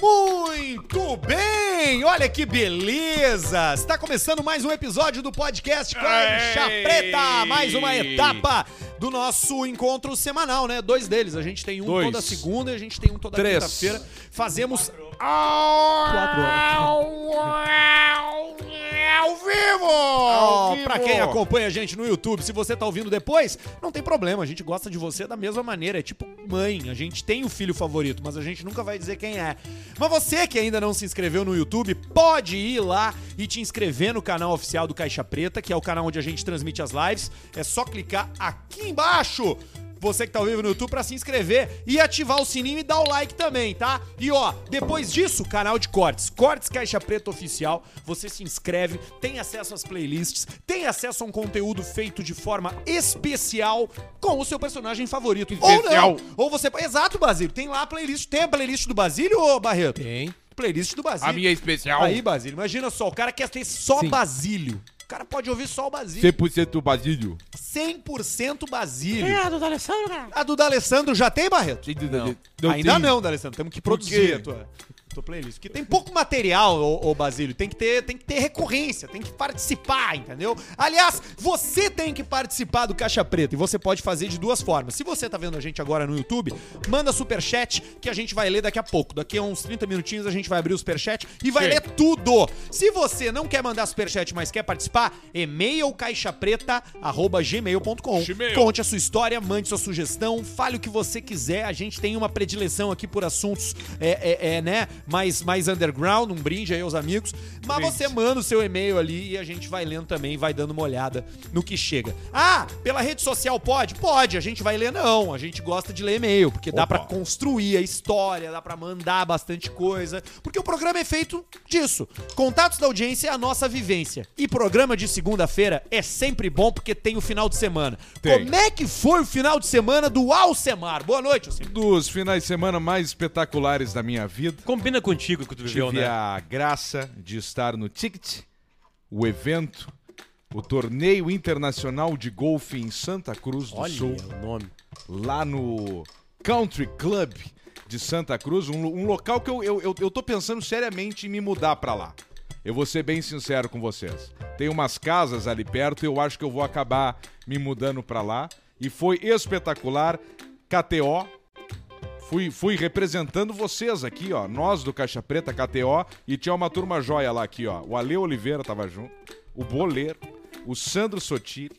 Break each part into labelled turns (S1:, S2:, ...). S1: Muito bem! Olha que beleza! Está começando mais um episódio do podcast Cancha
S2: Ei!
S1: Preta, mais uma etapa do nosso encontro semanal, né? Dois deles, a gente tem um
S2: Dois.
S1: toda segunda e a gente tem um toda
S2: Três.
S1: quinta-feira. Fazemos
S2: Ao vivo!
S1: Ó, pra quem acompanha a gente no YouTube, se você tá ouvindo depois, não tem problema, a gente gosta de você da mesma maneira. É tipo mãe, a gente tem o filho favorito, mas a gente nunca vai dizer quem é. Mas você que ainda não se inscreveu no YouTube, pode ir lá e te inscrever no canal oficial do Caixa Preta, que é o canal onde a gente transmite as lives. É só clicar aqui embaixo. Você que tá ao vivo no YouTube pra se inscrever e ativar o sininho e dar o like também, tá? E ó, depois disso, canal de cortes, Cortes Caixa Preta Oficial. Você se inscreve, tem acesso às playlists, tem acesso a um conteúdo feito de forma especial com o seu personagem favorito.
S2: Especial.
S1: Ou não. Ou você. Exato, Basílio. Tem lá a playlist. Tem a playlist do Basílio, ô Barreto?
S3: Tem.
S1: Playlist do Basílio.
S2: A minha é especial.
S1: Aí, Basílio. Imagina só, o cara quer ter só
S3: Sim.
S1: Basílio. O cara pode ouvir só o Basílio.
S2: 100% Basílio.
S1: 100% Basílio.
S3: a do Alessandro, cara?
S1: A É do D'Alessandro já tem, Barreto?
S2: Não.
S1: Ainda
S2: tem.
S1: não, D'Alessandro. Temos que
S2: Por
S1: produzir
S2: quê?
S1: a tua, a tua playlist. Porque tem pouco material, ô, ô Basílio. Tem que, ter, tem que ter recorrência, tem que participar, entendeu? Aliás, você tem que participar do Caixa Preta. E você pode fazer de duas formas. Se você tá vendo a gente agora no YouTube, manda superchat que a gente vai ler daqui a pouco. Daqui a uns 30 minutinhos a gente vai abrir o superchat e vai
S2: Sim.
S1: ler tudo. Se você não quer mandar superchat, mas quer participar, e-mail caixapreta.gmail.com.
S2: Gmail.
S1: Com Conte a sua história, mande sua sugestão, fale o que você quiser. A gente tem uma predileção aqui por assuntos, é, é, é, né? Mais, mais underground, um brinde aí aos amigos. Mas
S2: Brinde.
S1: você manda o seu e-mail ali e a gente vai lendo também, vai dando uma olhada no que chega. Ah, pela rede social pode? Pode, a gente vai ler não. A gente gosta de ler e-mail, porque dá
S2: Opa.
S1: pra construir a história, dá pra mandar bastante coisa. Porque o programa é feito disso. Contatos da audiência é a nossa vivência. E programa de segunda-feira é sempre bom porque tem o final de semana.
S4: Tem.
S1: Como é que foi o final de semana do Alcemar? Boa noite, Alcemar.
S4: dos finais de semana mais espetaculares da minha vida.
S3: Combina é contigo que tu viveu,
S4: Tive
S3: né?
S4: a graça de estar no Ticket, o evento, o torneio internacional de golfe em Santa Cruz do
S3: Olha
S4: Sul,
S3: o nome.
S4: lá no Country Club de Santa Cruz, um, lo- um local que eu, eu, eu, eu tô pensando seriamente em me mudar pra lá. Eu vou ser bem sincero com vocês. Tem umas casas ali perto e eu acho que eu vou acabar me mudando pra lá. E foi espetacular. KTO, Fui, fui representando vocês aqui, ó. Nós do Caixa Preta, KTO, e tinha uma turma joia lá aqui, ó. O Ale Oliveira tava junto, o Boleiro, o Sandro Sotiri,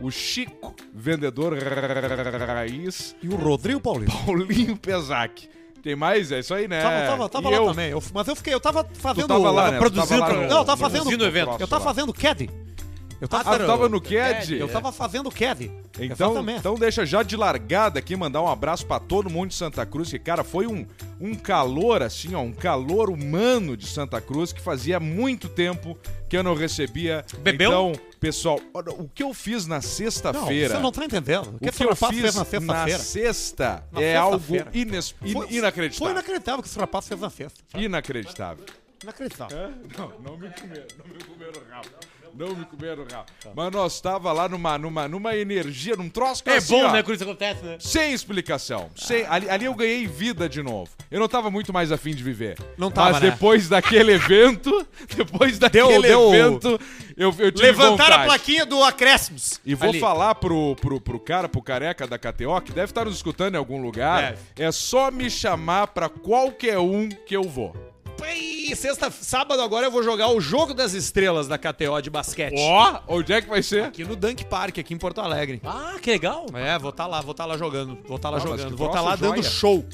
S4: o Chico, vendedor raiz,
S1: E o Rodrigo Paulino.
S4: Paulinho Pesac. Tem mais? É isso aí, né?
S1: Tava, tava, tava
S4: E
S1: lá
S4: eu,
S1: também. Eu, mas eu fiquei, eu tava fazendo.
S4: tava lá, né? Tu
S1: produzindo.
S4: tava lá no-
S1: não, eu tava
S4: no-
S1: fazendo.
S3: produzindo evento.
S1: Eu tava fazendo CAD. Eu tava,
S4: Ah, tu tava no CAD?
S1: Eu tava fazendo CAD.
S4: Então,
S1: Exatamente.
S4: então deixa já de largada aqui mandar um abraço pra todo mundo de Santa Cruz, que cara, foi um, um calor assim, ó, um calor humano de Santa Cruz que fazia muito tempo que eu não recebia.
S3: Bebeu?
S4: Então, pessoal, olha, o que eu fiz na
S1: Não,
S4: sexta-feira?
S1: você não tá entendendo. O que,
S4: o
S1: o
S4: que eu
S1: Frapasso
S4: fiz
S1: fez na
S4: na,
S1: sexta-feira?
S4: sexta
S1: Na
S4: é algo
S1: sexta-feira.
S4: ines- in-
S1: Foi-
S4: inacreditável.
S1: Foi inacreditável o que o Frapasso fez na sexta.
S4: Inacreditável.
S1: Inacreditável.
S4: Não, não me comeram, não me comeram rabo. Não me comeram rabo. Mas nós tava lá numa, numa, numa energia, num troço que
S3: É
S4: assim,
S3: bom,
S4: ó,
S3: né, quando isso acontece, né?
S4: Sem explicação. Sem- ali, ali eu ganhei vida de novo. Eu não tava muito mais afim de viver.
S1: Não tava,
S4: Mas
S1: né?
S4: depois daquele evento, depois daquele
S1: deu-
S4: evento, eu, eu tive
S1: Levantaram a
S4: vontade.
S1: plaquinha do Acréscimos.
S4: E vou
S3: ali.
S4: falar pro, pro, pro cara, pro careca da KTO, que deve estar nos escutando em algum lugar, é só me chamar pra qualquer um que eu vou.
S1: Pai, Sexta, sábado agora eu vou jogar o Jogo das Estrelas da KTO de basquete.
S4: Ó, onde é que vai ser?
S1: Aqui no Dunk Park, aqui em Porto Alegre.
S3: Ah, que legal.
S1: É, vou estar lá, vou estar lá jogando. Vou estar lá
S4: Ah, mas
S1: jogando.
S4: que
S1: Vou estar
S4: troço
S1: lá dando
S4: joia.
S1: show.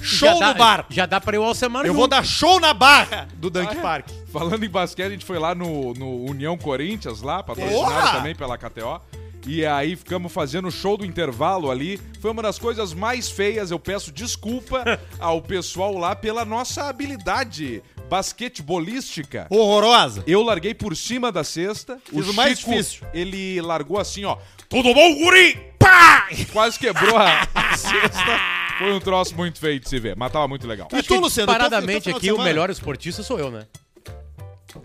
S3: Já
S1: Show
S3: dá-
S1: no bar.
S3: Já dá pra ir ao semana
S1: Eu vou dar show na barra do Dunk
S4: Ah, é?
S1: Park.
S4: Falando em basquete, a gente foi lá no, no União Corinthians, lá,
S1: Porra!
S4: patrocinado também pela KTO. E aí ficamos fazendo o show do intervalo ali. Foi uma das coisas mais feias. Eu peço desculpa ao pessoal lá pela nossa habilidade basquetebolística.
S1: Horrorosa.
S4: Eu larguei por cima da cesta.
S1: Fiz o mais difícil.
S4: Ele largou assim, ó.
S2: Tudo bom, guri? Pá!
S4: Quase quebrou a, a cesta. Foi um troço muito feio de se ver, mas tava muito legal.
S1: E tu, Luciano? teu- teu
S3: Paradamente
S1: final de
S3: aqui, o
S1: semana?
S3: melhor esportista sou eu, né?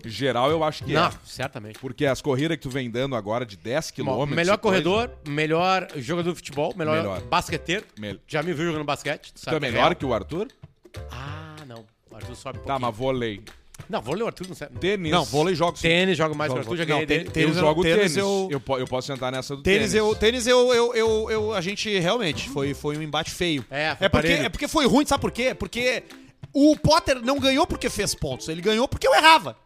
S4: Geral, eu acho que é.
S3: Não, certamente.
S4: Porque as corridas que tu vem dando agora de 10
S3: Bom,
S4: quilômetros.
S3: melhor
S4: e coisa,
S3: corredor, melhor jogador de futebol, melhor,
S4: Melhor.
S3: basqueteiro.
S4: Mel-
S3: Tá Já me viu jogando basquete, tu
S4: Tu é
S3: sabe?
S4: melhor que o Arthur?
S3: Ah, não. O Arthur sobe um
S4: Tá,
S3: pouquinho.
S4: mas vôlei.
S3: Não, vôlei o Arthur não serve.
S4: Tênis.
S1: Não, vôlei joga sim.
S3: Tênis joga mais que o
S1: Joga-
S3: Arthur, já
S1: não,
S3: ganhei
S1: tênis-
S3: dele.
S4: Eu
S1: tênis
S4: jogo
S1: tênis
S4: tênis.
S1: eu-
S4: Eu, po- eu posso sentar nessa do
S1: Tênis,
S4: tênis.
S1: eu, tênis eu, eu, eu, eu- a gente realmente foi, foi um embate feio.
S3: É, foi
S1: é porque,
S3: parelho.
S1: é porque foi ruim, sabe por quê? Porque o Potter não ganhou porque fez pontos, ele ganhou porque eu errava.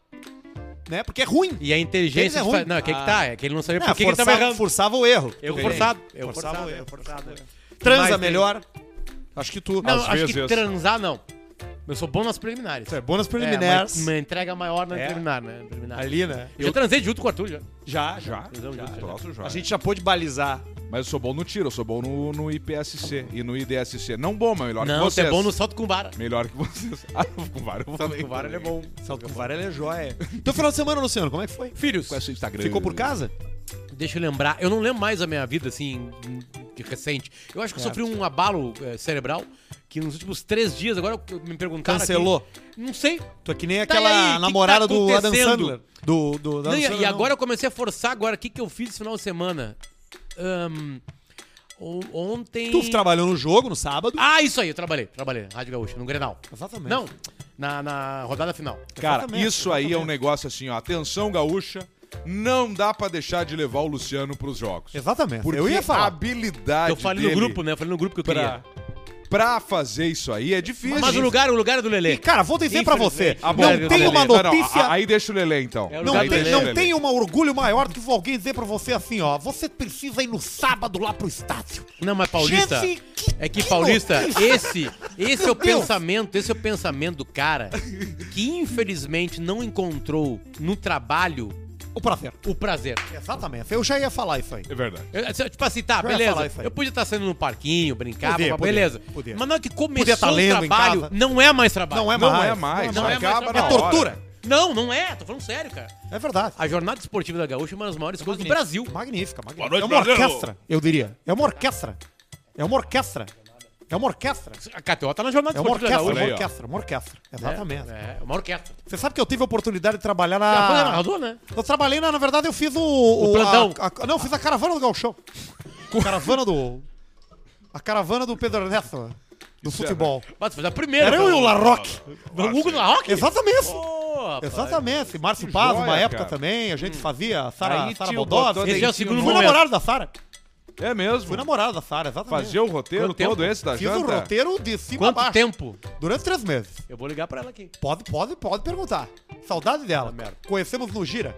S1: Né? Porque é ruim.
S3: E a
S1: Tênis
S3: inteligência...
S1: é
S3: de
S1: ruim.
S3: fa- Não, é que que tá, é que ele não sabia
S1: É,
S3: por que que ele tava
S1: forçava-
S3: errando.
S1: forçava o erro.
S3: Eu
S1: Entendi.
S3: forçado. Eu
S1: Forçava
S3: forçado,
S1: o erro,
S3: eu
S1: forçava o erro. Transa
S3: Mas tem-
S1: melhor. Acho que tu.
S3: Não,
S4: Às
S3: acho que
S4: vezes.
S3: transar não. Eu sou bom nas preliminares.
S1: Isso é bônus
S3: É,
S1: preliminares.
S3: uma, uma entrega maior na
S1: É.
S3: preliminar, né? Preliminar.
S1: Ali, né?
S3: Eu já transei junto com o Arthur, já.
S1: Já,
S4: Já?
S3: Transamos junto, já.
S4: Troço, já.
S1: A gente já pôde balizar.
S4: Mas eu sou bom no tiro, eu sou bom no, no IPSC e no IDSC. Não bom, mas melhor que
S3: Não, você
S4: vocês.
S3: é bom no salto com vara.
S4: Melhor que vocês. Ah, com vários.
S3: Salto com vara ele é bom.
S1: Salto com vara, ele é joia. Teu final de semana, Luciano, como é que foi?
S3: Filhos,
S4: Instagram.
S1: Ficou por casa?
S3: deixa eu lembrar. Eu não lembro mais a minha vida, assim, de recente. Eu acho que eu sofri um abalo eh, cerebral que nos últimos três dias, agora eu- me perguntaram aqui-
S1: Cancelou.
S3: não sei.
S1: Tu é que nem
S3: Tá
S1: aquela
S3: e aí, que que
S1: namorada
S3: tá
S1: do Adam
S3: acontecendo?
S1: Sandler. Do, do, do
S3: Não,
S1: Adam
S3: e,
S1: Sandler,
S3: e
S1: não.
S3: agora eu comecei a forçar agora. O que, que eu fiz esse final de semana? Ahn, o- ontem...
S1: Tu trabalhou no jogo no sábado?
S3: Ah, isso aí, eu trabalhei. Trabalhei, Rádio Gaúcha, no Grenal.
S1: Exatamente.
S3: Não, na, na rodada final.
S4: Cara,
S1: Exatamente,
S4: isso aí é um negócio assim, ó. Atenção, gaúcha. Não dá pra deixar de levar o Luciano pros jogos.
S1: Exatamente.
S4: Porque tá
S1: eu ia
S4: a
S1: falar.
S4: habilidade
S1: Ah,
S3: Eu falei
S4: dele
S3: no grupo, né? Eu falei no grupo que eu
S4: pra,
S3: queria.
S4: pra fazer isso aí é difícil.
S3: Mas o lugar, o lugar é do Lelê.
S1: E, cara, vou dizer pra você.
S3: Infelizmente.
S4: Ah, bom,
S1: não tem
S4: beleza.
S1: uma
S4: Não, não,
S1: notícia...
S4: a- aí deixa o Lelê, então.
S3: É o
S1: Não,
S3: lugar
S4: Aí
S3: do
S1: tem,
S4: deixa o
S1: não
S4: Lelê.
S1: tem um orgulho maior do que alguém dizer pra você assim, ó. Você precisa ir no sábado lá pro estádio.
S3: Não, mas Paulista.
S1: Gente, que-
S3: é que
S1: que
S3: Paulista, esse, esse é
S1: Meu
S3: o
S1: Deus.
S3: pensamento, esse é o pensamento do cara que infelizmente não encontrou no trabalho
S1: O prazer.
S3: o prazer.
S1: Exatamente. Eu já ia falar isso aí.
S4: É verdade.
S3: Eu, assim, tipo assim, tá,
S1: Já ia falar
S3: beleza.
S1: isso aí.
S3: Eu podia estar saindo no parquinho, brincar,
S1: Podia,
S3: papá,
S1: podia,
S3: beleza.
S1: podia.
S3: Mas na hora que
S1: Podia
S3: começou
S1: tá lendo
S3: o
S1: em
S3: trabalho,
S1: casa.
S3: não é mais trabalho.
S1: Não é
S4: Não
S1: mais.
S4: é mais.
S3: Não é mais
S4: acaba
S3: trabalho.
S4: na
S1: É tortura.
S4: hora.
S3: Não, não é, tô falando sério, cara.
S1: É verdade.
S3: A jornada esportiva da Gaúcha é uma das maiores coisas do Brasil.
S1: Magnífica, magnífica.
S2: Boa noite,
S1: é uma
S2: Brasileiro.
S1: orquestra, eu diria. É uma orquestra. É uma orquestra. É uma orquestra.
S3: A KTO tá na jornada
S1: É uma
S3: esportiva
S1: orquestra,
S3: da
S1: uma
S3: Gaúcha.
S4: Olha aí, ó.
S1: orquestra, uma orquestra. Tá. Exatamente.
S3: É, é uma orquestra.
S1: Você sabe que eu tive a oportunidade de trabalhar
S3: Ah, foi
S1: na.
S3: narrador, né?
S1: Eu trabalhei na, na verdade, eu fiz o. O,
S3: plantão.
S1: a- a- não, eu fiz a caravana do Galchão. caravana do. A caravana do Pedro Ernesto. Do futebol.
S3: Mas foi a primeira.
S1: Era eu e o Larroque.
S3: O Hugo Larroque?
S1: Exatamente.
S3: Pô,
S1: Exatamente. Márcio Paz, uma
S4: joia,
S1: época
S4: cara.
S1: também, a gente fazia. Sara
S4: Aí
S1: Sara
S4: tio
S1: Bodov.
S4: botou
S3: Esse já é o
S4: dentinho
S3: segundo um
S4: no-
S1: Fui
S3: momento.
S1: namorado da Sara.
S4: É mesmo.
S1: Fui namorado da Sara, exatamente.
S4: Fazer o roteiro
S3: Quanto tempo?
S4: todo esse da
S1: Fiz
S4: janta.
S1: o roteiro de cima
S3: Quanto
S1: a baixo.
S3: tempo?
S1: Durante três meses.
S3: Eu vou ligar pra ela aqui.
S1: Pode, pode, pode perguntar. Saudade dela.
S3: Ah, merda.
S1: Conhecemos no Gira.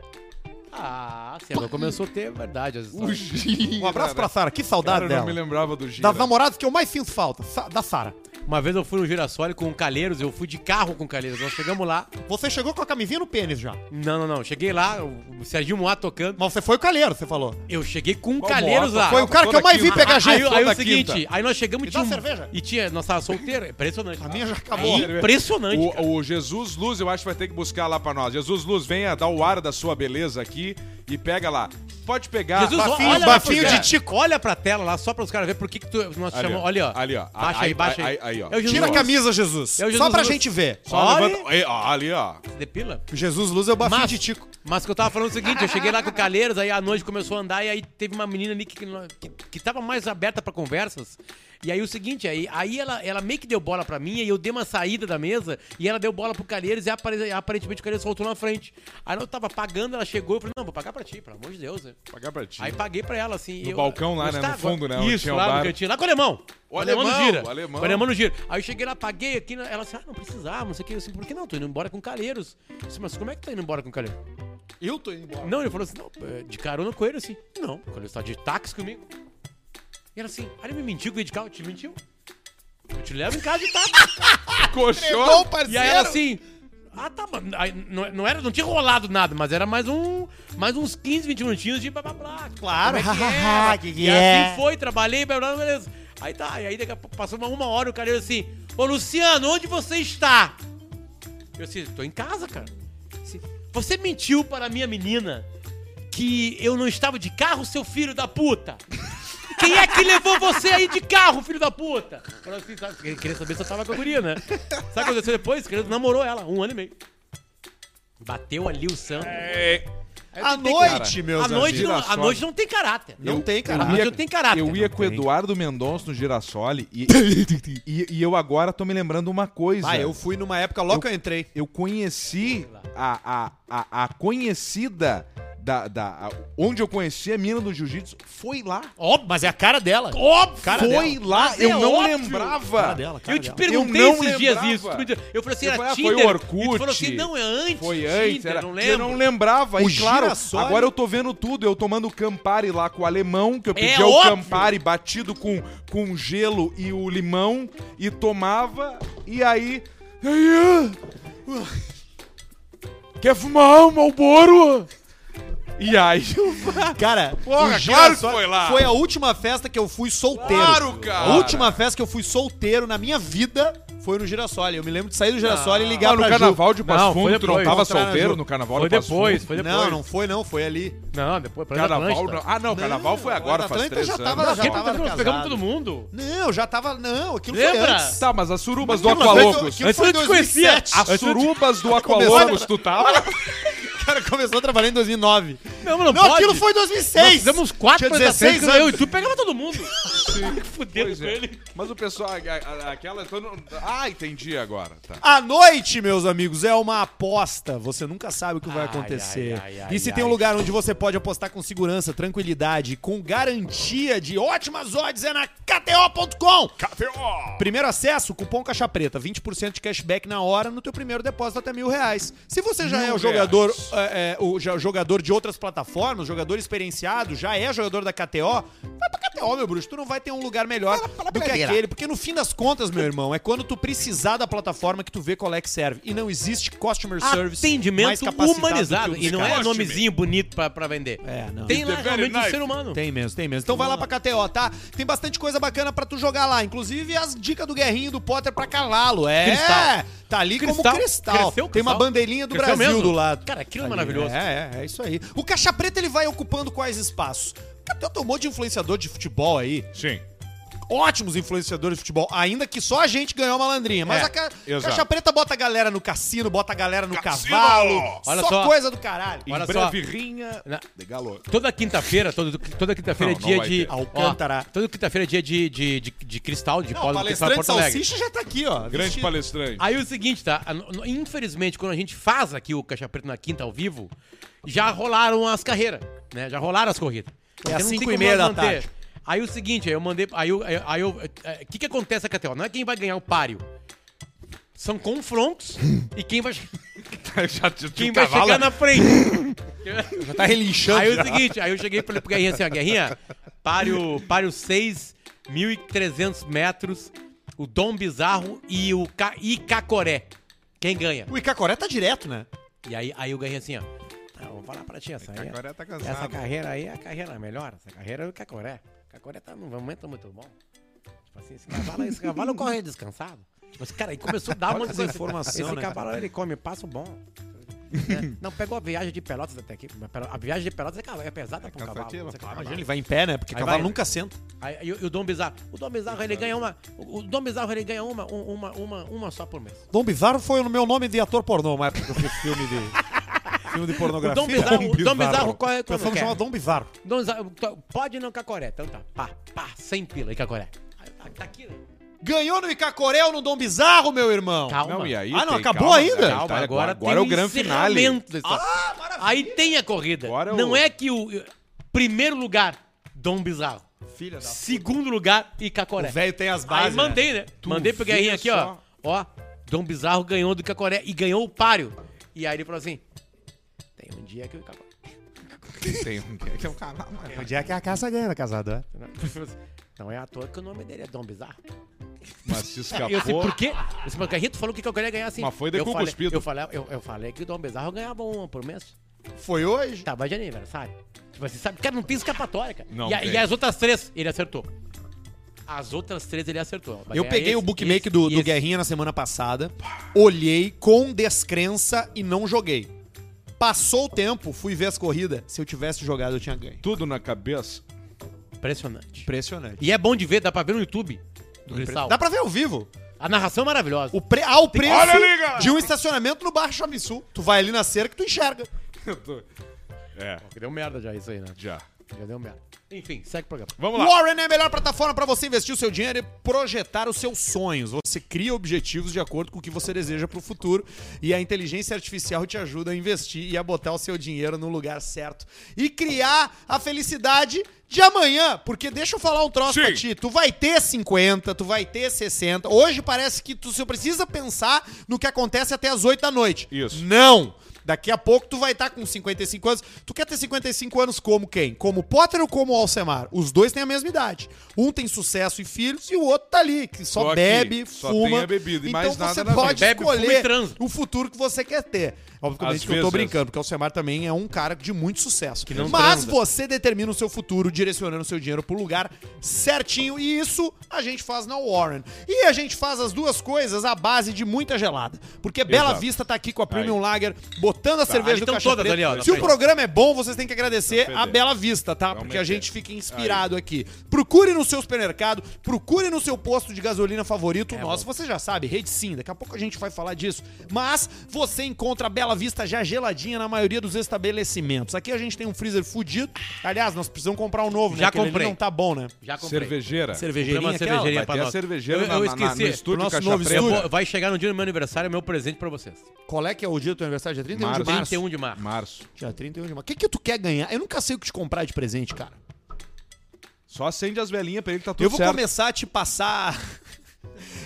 S3: Ah, sim, agora começou a ter verdade. As
S4: O
S3: histórias.
S4: Gira,
S1: Um abraço pra Sara. Que saudade
S4: Cara, eu não
S1: dela.
S4: me lembrava do Gira.
S1: Das namoradas que eu mais sinto falta. Sa- da Sara.
S3: Uma vez eu fui no Girassol com o Calheiros, eu fui de carro com o Calheiros. Nós chegamos lá.
S1: Você chegou com a camisinha no pênis já.
S3: Não, não, não. Cheguei lá, o Serginho Moá tocando.
S1: Mas você foi o calheiro, você falou.
S3: Eu cheguei com o
S4: Qual
S3: Calheiros
S4: moto?
S3: ah, lá.
S1: foi o cara que eu
S4: toda
S1: mais vi
S4: quinta.
S1: pegar
S3: Aí,
S1: gente.
S3: aí, o
S1: toda
S3: seguinte,
S1: quinta.
S3: aí nós chegamos
S1: Me
S3: e
S1: dá
S3: tinha. um-
S1: cerveja?
S3: E tinha. Nós tava solteiro. Impressionante.
S1: A minha já acabou.
S3: É impressionante. cara.
S4: O, o Jesus Luz, eu acho que vai ter que buscar lá pra nós. Jesus Luz, venha dar o ar da sua beleza aqui e pega lá. Pode pegar.
S3: Jesus,
S4: Vai-
S1: bafinho-
S3: olha,
S1: bafinho
S3: lá pros
S1: de
S3: caras. Olha pra tela lá, só pra os caras verem por que, que tu, nós te
S4: Ali, ó.
S3: chamamos. Olha, ó.
S4: Ali, ó.
S3: Baixa
S4: Aí,
S3: aí, baixa aí.
S4: aí, aí, ó.
S3: É o Jesus
S1: Tira a
S3: Luz.
S1: camisa, Jesus.
S3: É o
S1: Só
S3: Jesus
S1: pra
S3: Luz.
S1: gente ver.
S4: Só
S3: Olha.
S4: levanta. Aí, ó, ali, ó.
S3: Depila?
S1: Jesus Luz é o bafinho
S3: Mas-
S1: de Tico.
S3: Mas que eu tava falando é o seguinte, eu cheguei lá com o Calheiros, aí a noite começou a andar, e aí teve uma menina ali que, que, que tava mais aberta pra conversas. E aí o seguinte, aí, aí ela, ela meio que deu bola pra mim, e eu dei uma saída da mesa, e ela deu bola pro Calheiros, e apare- aparentemente o Calheiros soltou na frente. Aí eu tava pagando, ela chegou, eu falei, não, vou pagar pra ti, pelo amor de Deus. né?
S4: Pagar pra ti.
S3: Aí paguei pra ela, assim.
S4: No balcão lá, né, no
S3: Gustavo,
S4: fundo, né, onde
S3: Isso,
S4: tinha o
S3: lá
S4: bar.
S3: no cantinho. Lá com o alemão.
S4: O alemão,
S3: no gira.
S4: o alemão.
S3: O alemão no gira. Aí eu cheguei lá, paguei aqui. na- Ela disse, ah, não precisava, não sei o que. Eu disse, por que não? Tô indo embora com calheiros. Eu disse, mas como é que tá indo embora com calheiros?
S1: Eu tô indo embora.
S3: Não, ele falou assim, não, é, de carona com ele, assim. Não, o calheiros tá de táxi comigo. E ela assim, ah, ele me mentiu que veio de carro. Te mentiu? Eu te levo em casa de táxi.
S4: Coxou.
S3: E aí ela assim. Ah, tá, mas aí não, não era, não tinha rolado nada, mas era mais um, mais uns 15, 20 minutinhos de blá blá blá.
S1: Claro,
S3: como
S1: hahaha,
S3: é que
S1: que
S3: é?
S1: que
S3: E
S1: é?
S3: assim foi, trabalhei, blá blá, blá, beleza. Aí tá, e aí daqui a pouco passou uma, uma hora o cara assim: Ô Luciano, onde você está? Eu assim, tô em casa, cara. Assim, Você mentiu para a minha menina que eu não estava de carro, seu filho da puta? Quem é que levou você aí de carro, filho da puta? Falou assim, sabe, Ele queria saber se eu tava com a guria, né? Sabe o que aconteceu depois? Ele namorou ela, um ano e meio. Bateu ali o santo.
S1: à
S4: de ter,
S1: noite,
S4: cara.
S1: meus
S3: a, noite não,
S1: amigos.
S3: a
S4: Girassol.
S3: noite não tem caráter.
S1: Não
S4: Eu-
S1: tem, cara.
S3: A
S4: eu
S3: noite
S4: ia-
S3: não tem caráter.
S4: Eu ia com o Eduardo Mendonça no Girassoli e, e, e eu agora tô me lembrando uma coisa.
S1: Ah, eu fui numa época logo que eu entrei.
S4: eu conheci a, a, a, a conhecida da, da a- onde eu conheci a mina do jiu-jitsu foi lá.
S1: Óbvio, mas é a cara dela.
S3: Óbvio!
S1: Cara
S4: foi
S1: dela.
S4: lá,
S3: Mas
S4: eu
S3: é
S4: não
S3: óbvio.
S1: Cara
S4: lembrava.
S1: dela, cara
S3: Eu te
S1: dela.
S3: perguntei
S4: Eu não
S3: esses dias
S4: lembrava.
S3: isso. tu me disse- Eu falei assim,
S4: Eu
S3: era
S4: falei, ah, foi
S3: Tinder.
S4: o
S3: E tu
S4: Orkut.
S3: falou assim, não, é antes.
S4: Foi antes,
S3: Tinder,
S4: era,
S3: não lembro.
S4: eu não lembrava.
S1: O
S4: e claro,
S1: Girassoli-
S4: agora eu tô vendo tudo. Eu tomando Campari lá com o alemão, que eu
S3: É
S4: pedia o
S3: óbvio.
S4: Campari batido com, com gelo e o limão, e tomava, e aí... aí, ah, Quer fumar um Malboro? E aí eu
S1: Cara,
S4: Porra,
S1: o Girassol
S4: claro que foi lá.
S1: Foi a última festa que eu fui solteiro.
S4: Claro, cara.
S1: A última festa que eu fui solteiro na minha vida foi no Girassol. Eu me lembro de sair do Girassol e ligar
S4: Ah, no
S1: pra Ju.
S4: carnaval de Passo
S5: Não,
S4: Fundo,
S5: foi
S4: tu não
S5: depois.
S4: tava
S1: Encontrar na
S4: solteiro
S1: Ju.
S4: no carnaval
S5: Foi
S4: de Passo
S5: depois,
S4: Fundo?
S5: foi depois.
S1: Não, não foi não, foi ali.
S5: Não, depois. Praia da
S4: Carnaval
S5: Atlântida.
S4: não. Ah, não, carnaval foi agora,
S1: a
S4: faz
S1: Atlântida
S4: três
S1: já
S4: anos.
S1: tava- já
S5: Quem
S1: tava
S5: pegou? Nós pegamos
S1: casado.
S5: todo mundo.
S1: Não, já tava... Não, aquilo foi
S3: Lembra?
S1: antes.
S4: Tá, mas as surubas do
S1: Aquilo foi-
S4: Aqualocos.
S1: aquilo foi
S5: Antes eu te conhecia.
S1: 2007.
S4: As
S5: Antes eu te-
S4: surubas do
S1: Começou-
S4: Aqualocos, tu tava?
S1: O cara começou a trabalhar em 2009.
S5: Não, mas Ah. não,
S1: Não,
S5: pode.
S1: aquilo foi em
S5: Nós
S1: 2006.
S5: fizemos quatro
S1: Tinha
S5: Praia da
S1: 16
S5: Atlântida, Eu
S1: anos.
S5: e tu pegava todo mundo. Fudeu
S4: Pois
S5: com
S4: é.
S5: ele.
S4: Mas o pessoal, a- a- aquela. todo- Ah, entendi agora. Tá.
S1: A noite, meus amigos, é uma aposta. Você nunca sabe o que vai acontecer.
S5: ai, ai,
S1: e se
S5: ai,
S1: tem um
S5: ai.
S1: lugar onde você pode apostar com segurança, tranquilidade, com garantia de ótimas odds, é na KTO.com. Primeiro acesso, cupom Caixa Preta, 20% de cashback na hora no teu primeiro depósito até mil reais. Se você já
S4: Mil
S1: é o jogador,
S4: reais.
S1: é, é, o já- jogador de outras plataformas, jogador experienciado, já é jogador da KTO, vai pra KTO, meu bruxo. Tu não vai ter um lugar melhor do que aquele. Porque no fim das contas, meu irmão, é quando tu precisar da plataforma que tu vê qual é que serve. E não existe customer service mais
S3: Atendimento
S1: capacitado
S3: humanizado.
S1: do que o
S3: E
S1: dos
S3: não
S1: caras.
S3: é nomezinho bonito pra, pra vender.
S1: É, não.
S3: Tem lá
S4: It's a very
S3: realmente um
S4: nice.
S3: ser humano.
S1: Tem mesmo, tem mesmo. Então vai lá pra KTO, tá? Tem bastante coisa bacana pra tu jogar lá. Inclusive as dicas do Guerrinho e do Potter pra calá-lo. É,
S3: Cristal.
S1: tá ali como
S3: Cristal.
S1: cristal.
S3: Cresceu o
S1: Tem uma
S3: cristal.
S1: bandeirinha do
S3: Cresceu
S1: Brasil
S3: mesmo.
S1: do lado.
S3: Cara, aquilo é
S1: Ali,
S3: maravilhoso.
S1: É, é, é isso aí. O Caixa Preta, ele vai ocupando quais espaços? KTO tem um monte de influenciador de futebol aí.
S4: Sim.
S1: Ótimos influenciadores de futebol. Ainda que só a gente ganhou uma malandrinha. Mas
S4: É,
S1: a Ca-
S4: exato.
S1: Caixa Preta bota a galera no cassino, bota a galera no
S4: Cassino!
S1: cavalo.
S3: Olha
S1: só,
S3: só.
S1: coisa do caralho.
S4: Em
S3: Olha só.
S4: breve, rinha
S3: Na-
S4: de galo.
S3: Toda quinta-feira, todo- toda quinta-feira é
S4: Não, não
S3: dia
S4: vai
S3: de.
S4: ter.
S3: ó,
S1: Alcântara.
S3: toda quinta-feira é dia de, de, de, de cristal, de
S1: Não,
S3: polo do cristal de
S1: palestrante
S3: Porto Alegre.
S1: Salsicha já tá aqui, ó.
S4: Grande
S1: vestido.
S4: palestrante.
S3: Aí o seguinte, tá? A- no- Infelizmente, quando a gente faz aqui o Caixa Preto na quinta ao vivo, já rolaram as carreiras, né? Já rolaram as corridas. Porque
S1: É às
S3: não tem
S1: cinco e
S3: como
S1: meia da
S3: manter.
S1: tarde.
S3: Aí o seguinte, aí eu mandei. Aí eu. aí eu- aí eu- é, O que, que acontece na KTO? Não é quem vai ganhar o páreo. São confrontos e quem vai,
S4: já tinha
S3: quem
S4: um
S3: vai
S4: cavalo.
S1: é-
S3: chegar na frente.
S1: Já tá relinchando.
S3: Aí é o seguinte, aí eu cheguei e falei pro Guerrinha assim, ó, Guerrinha, pare o, pare o 6, 1.300 metros, o Dom Bizarro e o Ca, e Cacoré. Quem ganha?
S1: O Icacoré tá direto, né?
S3: E aí, aí o Guerrinha assim, ó, ah, vou falar pra ti, essa aí,
S4: Agora tá cansado.
S3: essa carreira aí é a carreira melhor, essa carreira é o Cacoré. Cacoré tá num momento muito bom. Tipo assim, esse cavalo, esse cavalo corre descansado. Tipo assim, cara, aí começou a dar uma
S1: Olha essa informação,
S3: Esse
S1: né,
S3: cavalo ele come passo bom. né? Não, pegou a viagem de Pelotas até aqui. mas Pelo- A viagem de Pelotas é ca- é pesada pra um cavalo.
S4: cansativa,
S3: Você cavalo.
S1: Imagina, ele vai em pé, né? Porque
S3: Aí
S1: cavalo
S3: vai.
S1: nunca senta.
S3: Aí, e, o- e o Dom Bizarro. O Dom Bizarro ele ganha uma. O o Dom Bizarro ele ganha uma, um- uma, uma, uma só por mês.
S1: Dom Bizarro foi o meu nome de ator pornô, uma época que eu fiz filme de. filme de
S3: O
S1: pornografia.
S3: Dom Bizarro, o Dom
S4: Bizarro.
S3: Bizarro corre
S1: Nós
S3: quando
S1: fomos
S3: quer.
S1: chamar Dom Bizarro.
S3: Dom Bizarro, to- tá, pode não cacoré. Então tá. Pá, pá, sem pila e cacoré. Aí, Tá, tá aqui, né?
S1: Ganhou no Icacoré ou no Dom Bizarro, meu irmão?
S3: Calma.
S4: Não, e aí?
S1: Ah, não,
S4: tem-
S1: acabou
S4: calma,
S1: ainda?
S4: cara,
S3: Calma,
S4: tá,
S3: agora,
S4: agora é o grande finale.
S3: encerramento dessa- Aí tem a corrida.
S4: Agora é o-
S3: Não é que o. Primeiro lugar, Dom Bizarro.
S1: Filha da
S3: Segundo lugar,
S1: O
S3: Icacoré.
S1: velho tem as
S3: Aí
S1: bases. né?
S3: mandei, né? mandei pro
S4: vê
S3: Guerrinha aqui, ó.
S4: só.
S3: Ó, Dom Bizarro ganhou do Cacoré e ganhou o páreo. E aí ele falou assim: Tem um dia que o Cacoré.
S4: Tem um que é um cavalo.
S1: O dia que a caça ganha, casado, é?
S3: Ele falou assim, Não é à toa que o nome dele é Dom Bizarro.
S4: Mas se
S3: Eu disse,
S4: escapou.
S3: por quê? Eu disse, mas Guerrinha, tu falou que o Cacoré ia ganhar assim.
S4: Mas foi de
S3: eu
S4: cu
S3: falei,
S4: cuspido.
S3: eu, falei, eu, eu falei que o Dom Bizarro ganhava uma por mês.
S1: Foi hoje?
S3: Tava de aniversário. Tipo assim, sabe? Cara, não tem escapatória, cara.
S4: Não
S3: e, a-
S4: tem.
S3: e as outras três, ele acertou. As outras três ele acertou. Vai
S1: Eu
S3: ganhar
S1: peguei
S3: é esse,
S1: o bookmaker
S3: esse
S1: do, do
S3: e esse.
S1: Guerrinha na semana passada, olhei com descrença e não joguei. Passou o tempo, fui ver as corridas. Se eu tivesse jogado, eu tinha ganho.
S4: Tudo na cabeça.
S3: Impressionante.
S1: Impressionante.
S3: E é bom de ver, dá pra ver no YouTube do Cristal.
S1: Dá pra ver ao vivo.
S3: A narração é maravilhosa.
S1: O pre... Ah, o preço
S4: Olha ali, cara.
S1: de um estacionamento no Baixo Shopping Sul. Tu vai ali na cerca e tu enxerga.
S4: É,
S5: Ó, Que deu merda já isso aí, né?
S4: já.
S5: Já deu merda.
S3: Enfim,
S5: Segue o programa.
S4: Vamos lá.
S1: Warren é a melhor plataforma para você investir o seu dinheiro e projetar os seus sonhos. Você cria objetivos de acordo com o que você deseja para o futuro e a inteligência artificial te ajuda a investir e a botar o seu dinheiro no lugar certo e criar a felicidade de amanhã, porque deixa eu falar um troço
S2: Sim.
S1: pra ti, tu vai ter 50, tu vai ter 60. Hoje parece que tu só precisa pensar no que acontece até as 8 da noite.
S4: Isso.
S1: Não. Daqui a pouco tu vai estar com 55 anos. Tu quer ter 55 anos como quem? Como Potter ou como Alcemar? Os dois têm a mesma idade. Um tem sucesso e filhos e o outro tá ali, que só,
S4: Só que
S1: bebe,
S4: só
S1: fuma.
S4: tem a bebida e
S1: então
S4: mais nada
S1: você
S4: na
S1: pode
S4: vida.
S3: Bebe, fuma e
S1: escolher
S3: transa.
S1: o futuro que você quer ter. Obviamente
S4: Às
S1: que eu tô
S4: vezes.
S1: brincando, porque o Alcemar também é um cara de muito sucesso.
S3: não
S1: Mas
S3: transa.
S1: você determina o seu futuro direcionando o seu dinheiro pro lugar certinho e isso a gente faz na Warren. E a gente faz as duas coisas à base de muita gelada. Porque Bela
S4: Exato.
S1: Vista tá aqui com a Premium Lager, botando a cerveja
S3: ali
S1: do
S3: estão
S1: Caixa
S3: todas
S1: Preta.
S3: ali, ó, na
S1: Se o
S3: frente.
S1: programa é bom, vocês têm que agradecer
S4: Tá
S1: a
S4: fedendo.
S1: Bela Vista, tá? Porque a
S4: meter.
S1: gente fica inspirado aqui. Procure no seu supermercado, procure no seu posto de gasolina favorito. Nosso, você já sabe, Rede Sim, daqui a pouco a gente vai falar disso. Mas você encontra a Bela Vista já geladinha na maioria dos estabelecimentos. Aqui a gente tem um freezer fudido. Aliás, nós precisamos comprar um novo, né?
S3: Já
S1: Aquele ali
S3: comprei.
S1: não tá bom, né?
S3: já comprei.
S4: Cervejeira.
S1: Cervejeirinha
S3: Comprei uma
S1: aquela?
S3: cervejeirinha
S4: Vai
S3: pra
S4: ter a
S3: nós.
S4: cervejeira
S3: Eu-
S4: na-
S3: eu
S4: na- na-
S3: esqueci.
S4: no estúdio
S1: Pro nosso
S4: Caixa
S1: novo
S4: Preta.
S3: Eu
S1: estúdio.
S3: vou- vai chegar no dia do meu aniversário, é meu presente pra vocês.
S1: Qual é que é o dia do teu aniversário? Dia 31 de
S4: Março.
S1: março.
S3: 31 de março.
S4: Março.
S1: Dia 31 de março. O que, que tu quer ganhar? Eu nunca sei o que te comprar de presente, cara.
S4: Só acende as velhinhas pra ele que tá tudo
S1: Eu vou
S4: certo.
S1: começar a te passar.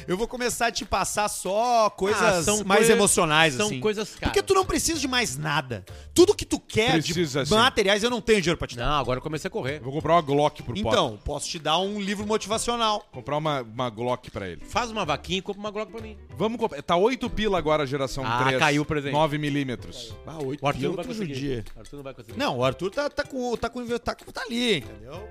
S1: Eu vou começar a te passar só
S3: Ah,
S1: coisas
S3: são
S1: mais
S3: coi-
S1: emocionais,
S3: são
S1: assim.
S3: coisas caras.
S1: Porque tu não precisa de mais nada. Tudo que tu quer
S4: Precisa,
S1: de
S4: sim.
S1: materiais, eu não tenho dinheiro pra te dar.
S3: Não, agora eu comecei a correr.
S4: Eu vou comprar uma Glock pro Potter.
S1: Então, posso te dar um livro motivacional.
S4: Comprar uma, uma Glock pra ele.
S3: Faz uma vaquinha e compra uma Glock pra mim.
S4: Vamos comprar. Tá 8 pila agora a geração
S3: Ah,
S4: 3.
S3: caiu o presente.
S4: 9 milímetros.
S1: Ah, oito
S3: O Arthur
S1: pila
S3: não vai
S1: tu judia.
S3: conseguir. O Arthur não vai conseguir.
S1: Não, o Arthur tá, tá com tá com inve- tá, com- tá ali, entendeu?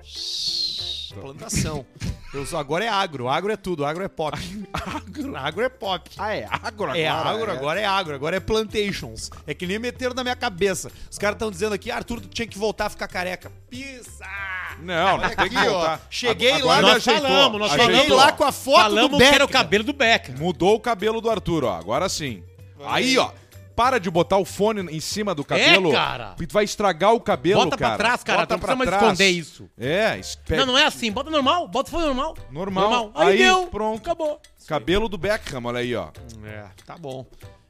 S1: Plantação. Eu sou- agora é agro, agro é tudo, agro é pop. agro, agro é pop. Ah, é agro agora. É agro, agora é agro, agora é plantations. É que nem meteram na minha cabeça. Os caras estão dizendo aqui, "Ah, Arthur, tu tinha que voltar a ficar careca. Pisa!
S4: Não, não tem que
S1: Aqui, ó,
S4: voltar.
S1: cheguei
S4: Agora
S1: lá,
S4: ele
S1: nós
S4: ajeitou.
S3: falamos, nós
S4: Ajeitou.
S1: Cheguei lá com a foto do
S3: Falamos que
S1: Becker.
S3: era o cabelo do Becker.
S4: Mudou o cabelo do Arthur, ó. Agora sim. Aí, ó. Para de botar o fone em cima do cabelo.
S3: É, cara.
S4: E tu vai estragar o cabelo,
S3: Bota pra
S4: cara.
S3: trás, cara,
S4: Bota
S3: não
S4: pra
S3: precisa mais
S4: trás.
S3: esconder isso.
S4: É, espera.
S3: Não, não é assim. Bota normal, bota foi normal.
S4: Normal.
S3: Aí,
S4: Aí,
S3: deu.
S4: pronto.
S3: Acabou.
S4: Cabelo do Beckham, olha aí, ó.
S1: É, tá bom.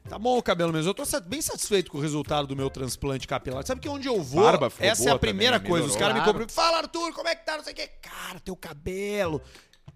S1: Tá bom o cabelo mesmo. Eu tô sa- bem satisfeito com o resultado do meu transplante capilar. Sabe que onde eu vou,
S4: Barba ficou
S1: essa é
S4: boa
S1: a primeira
S4: também, né?
S1: coisa. Os
S4: Melhorou.
S1: caras me cobram. Fala, Arthur, como é que tá? Não sei o quê. Cara, teu cabelo.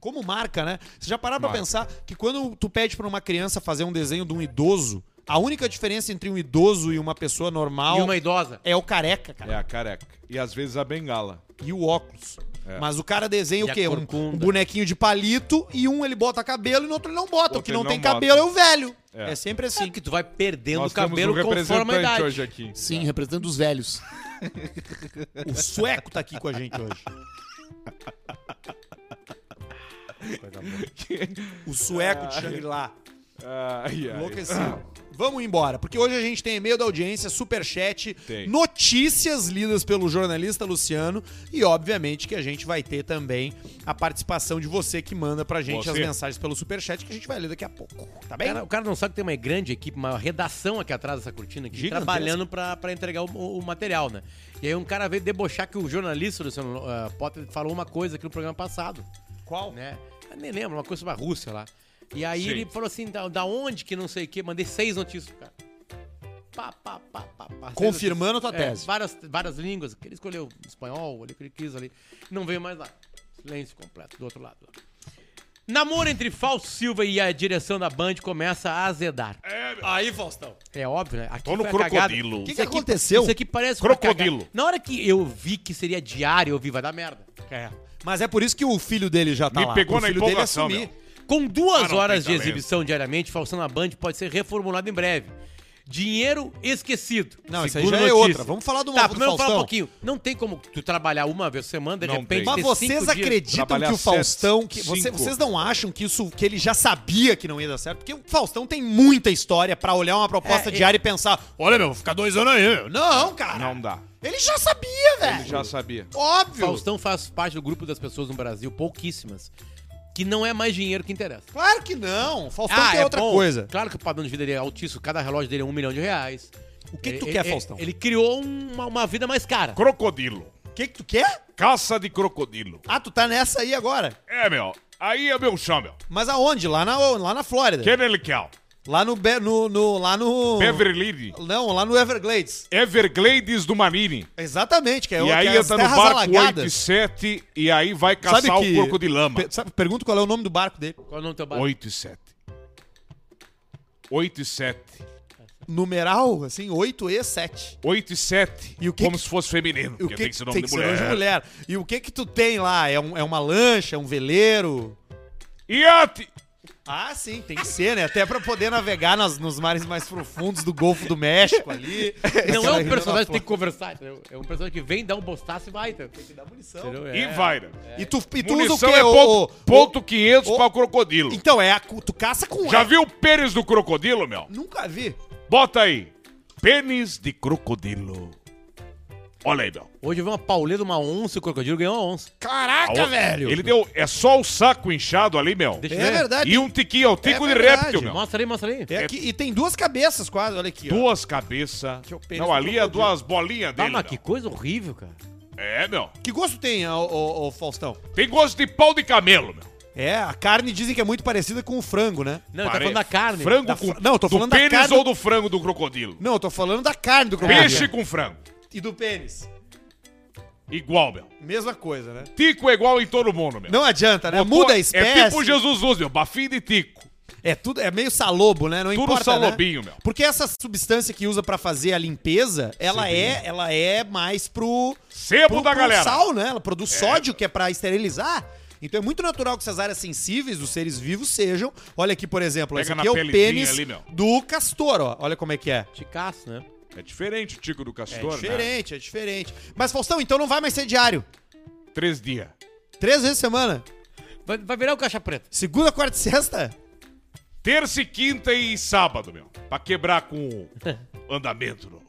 S1: Como marca, né? Você já pararam pra
S4: Marca.
S1: pensar que quando tu pede pra uma criança fazer um desenho de um idoso, a única diferença entre um idoso e uma pessoa normal
S3: E uma idosa.
S1: é o careca, cara.
S4: É a careca. E às vezes a bengala.
S1: E o óculos.
S4: É.
S1: Mas o cara desenha
S3: E
S1: o
S3: a
S1: quê? Um,
S3: corcunda.
S1: um bonequinho de palito e um ele bota cabelo e no outro ele não bota. O que
S4: Outro ele
S1: não
S4: não
S1: tem
S4: bota.
S1: cabelo é o velho.
S4: É.
S1: É, sempre assim.
S3: É que tu vai perdendo
S4: Nós
S3: o
S4: temos
S3: cabelo
S4: um
S3: conforme a
S4: representante
S3: idade.
S4: hoje aqui.
S1: Sim, representando os velhos. Tá. o sueco tá aqui com a gente hoje. O sueco de Shangri-La.
S4: Ai, ai.
S1: Enlouquecido. Vamos embora, porque hoje a gente tem e-mail da audiência, superchat,
S4: Tem.
S1: notícias lidas pelo jornalista Luciano e, obviamente, que a gente vai ter também a participação de você que manda pra gente as
S4: Você.
S1: mensagens pelo superchat que a gente vai ler daqui a pouco, tá
S3: O
S1: bem?
S3: cara, o cara não sabe que tem uma grande equipe, uma redação aqui atrás dessa cortina, aqui,
S1: Gigantesca.
S3: trabalhando pra, pra entregar o, o material, né? E aí um cara veio debochar que o jornalista, Luciano eh, Potter, falou uma coisa aqui no programa passado.
S1: Qual?
S3: né? Eu nem lembro, uma coisa sobre a Rússia lá. E aí
S4: Sim.
S3: ele falou assim, da, da onde que não sei o quê, mandei seis notícias pro cara. Pá, pá, pá, pá, pá.
S1: Confirmando a tua
S3: É,
S1: tese.
S3: várias, várias línguas, que ele escolheu espanhol, ele que ele quis ali. Não veio mais lá. Silêncio completo do outro lado. Namoro entre Fausto Silva e a direção da Band começa a azedar.
S1: Aí, Faustão.
S3: É óbvio, né? Aqui
S2: Tô no
S3: foi a cagada.
S2: crocodilo.
S1: O que,
S3: Isso
S1: que
S3: aqui-
S1: aconteceu?
S3: Isso aqui parece
S2: Crocodilo.
S3: uma cagada. Na hora que eu vi que seria diário, eu vi, vai dar merda.
S1: Mas é por isso que o filho dele já tá
S2: Me
S1: lá.
S2: pegou
S1: Pro
S2: na
S1: filho
S2: empolgação,
S1: dele
S2: meu.
S1: assumir.
S3: Com duas
S2: Ah, não,
S3: horas de
S2: tem talento.
S3: exibição diariamente, Faustão na Band pode ser reformulado em breve. Dinheiro esquecido.
S1: Não, isso aí
S3: Segundo
S1: já é
S3: notícia.
S1: outra. Vamos falar do
S3: Tá,
S1: novo do
S3: primeiro fala um
S1: Faustão.
S3: pouquinho. Não tem como tu trabalhar uma vez por semana, de
S4: Não
S3: repente.
S4: tem.
S3: ter
S1: Mas vocês
S3: cinco dias.
S1: acreditam
S4: Trabalhar
S1: que o
S4: sete,
S1: Faustão. Que você-
S4: cinco.
S1: vocês não acham que isso que ele já sabia que não ia dar certo? Porque o Faustão tem muita história pra olhar uma proposta
S3: É,
S1: diária e pensar: olha, meu, vou ficar dois anos aí. meu." Não, cara.
S4: Não dá.
S1: Ele já sabia,
S4: Ele
S1: velho.
S4: já sabia.
S1: Óbvio.
S3: Faustão faz parte do grupo das pessoas no Brasil, pouquíssimas, que não é mais dinheiro que interessa.
S1: Claro que não. Faustão tem outra
S3: Ah, bom.
S1: coisa.
S3: é Claro que o padrão de vida dele é altíssimo. Cada relógio dele é um é milhão de reais.
S1: O que, que tu
S3: Ele-
S1: quer,
S3: ele-
S1: Faustão?
S3: Ele criou uma, uma vida mais cara.
S2: Crocodilo.
S1: O que, que tu quer?
S2: Caça de crocodilo.
S1: Ah, tu tá nessa aí agora.
S2: É, meu. Aí é meu chão, meu.
S1: Mas aonde? Lá na, lá na Flórida.
S2: Quem ele quer?
S1: Lá no, Be- no, no- Lá no.
S2: Beverly.
S1: Não, lá no Everglades.
S2: Everglades do Manini.
S1: Exatamente, que é,
S2: E
S1: que
S2: aí
S1: é as
S2: entra no
S1: terras
S2: barco
S1: alagadas.
S2: 87 e aí vai caçar o porco de lama.
S1: Pe- sabe, pergunta qual é o nome do barco dele.
S3: Qual é o nome do teu barco?
S2: 8 e 7. 8 e 7.
S1: Numeral, assim, 8E7.
S2: 8 e 7.
S1: E o que
S2: como
S1: que-
S2: se fosse feminino.
S1: E o
S2: Porque
S1: que
S2: tem que ser nome de
S1: nome
S2: mulher.
S1: de mulher. E o que que tu tem lá? É, um- é uma lancha, é um veleiro?
S2: Iate!
S1: Ah, sim, tem que ser, né? Até pra poder navegar nas- nos mares mais profundos do Golfo do México ali.
S3: Não é um personagem que tem que conversar, entendeu? É um personagem que vem, dá um bostaço e vai, entendeu?
S1: que dar munição.
S3: Entendeu?
S2: E
S3: É.
S2: vai, né?
S1: E tu, e tu usa o
S2: Munição
S1: quê?
S2: é
S1: O-
S2: ponto,
S1: o-
S2: ponto 500
S1: o-
S2: pra o crocodilo.
S1: Então, é a, cu- tu caça com
S2: Já
S1: ela.
S2: viu o pênis do crocodilo, meu?
S1: Nunca vi.
S2: Bota aí. Pênis de crocodilo. Olha aí, meu.
S3: Hoje eu vi uma pauleira, uma onça, o crocodilo ganhou uma onça.
S1: Caraca,
S2: Ó, Ele deu. É só o saco inchado ali, meu.
S3: Deixa
S1: É
S3: eu ver.
S1: verdade.
S2: E um tiquinho, é o tico de
S1: verdade.
S2: réptil, meu.
S3: Mostra aí, mostra aí. Tá,
S1: É aqui- e tem duas cabeças quase, olha aqui. ó.
S2: Duas cabeças.
S1: Que é o pênis
S2: Não,
S1: do
S2: ali é
S1: crocodilo. Tá,
S2: duas bolinhas
S3: Ah,
S2: dele.
S3: mas que
S2: meu.
S3: coisa horrível, cara.
S2: É, meu.
S1: Que gosto tem, ó, ó, ó, Faustão?
S2: Tem gosto de pau de camelo, meu.
S1: É, a carne dizem que é muito parecida com o frango, né?
S3: Não, ele tá
S2: Pare-
S3: falando da carne.
S2: Frango
S1: Da
S2: com.
S1: fra- não, eu tô
S2: do
S1: falando da
S2: pênis
S1: carne-
S2: ou do frango do crocodilo?
S1: Não, eu tô falando da carne do crocodilo.
S2: Peixe com frango.
S1: E do pênis.
S2: Igual, meu.
S1: Mesma coisa, né?
S2: Tico é igual em todo mundo, meu.
S1: Não adianta, né?
S2: Botou-
S1: Muda a espécie.
S2: É tipo Jesus Luz, meu. Bafinho de tico.
S1: É tudo, é meio salobo, né? Não
S2: Tudo
S1: importa,
S2: salobinho,
S1: né?
S2: meu.
S1: Porque essa substância que usa pra fazer a limpeza, ela é, ela é mais pro
S2: Sebo
S1: pro-
S2: da
S1: pro
S2: galera.
S1: sal, né? Ela produz sódio que é pra esterilizar. Então é muito natural que essas áreas sensíveis dos seres vivos sejam. Olha aqui, por exemplo,
S2: Pega
S1: esse
S2: na
S1: aqui é o
S2: pelezinha
S1: pênis
S2: ali, meu.
S1: do castor, ó. Olha como é que é.
S3: Ticaço, né?
S2: É diferente o tico do
S1: É
S2: castor, né?
S1: diferente, é diferente. Mas Faustão, então não vai mais ser diário.
S2: Três dias.
S1: Três vezes por semana.
S3: Vai, vai virar o caixa preta.
S1: Segunda, quarta e sexta?
S2: Terça e quinta e sábado, meu. Pra quebrar com o andamento do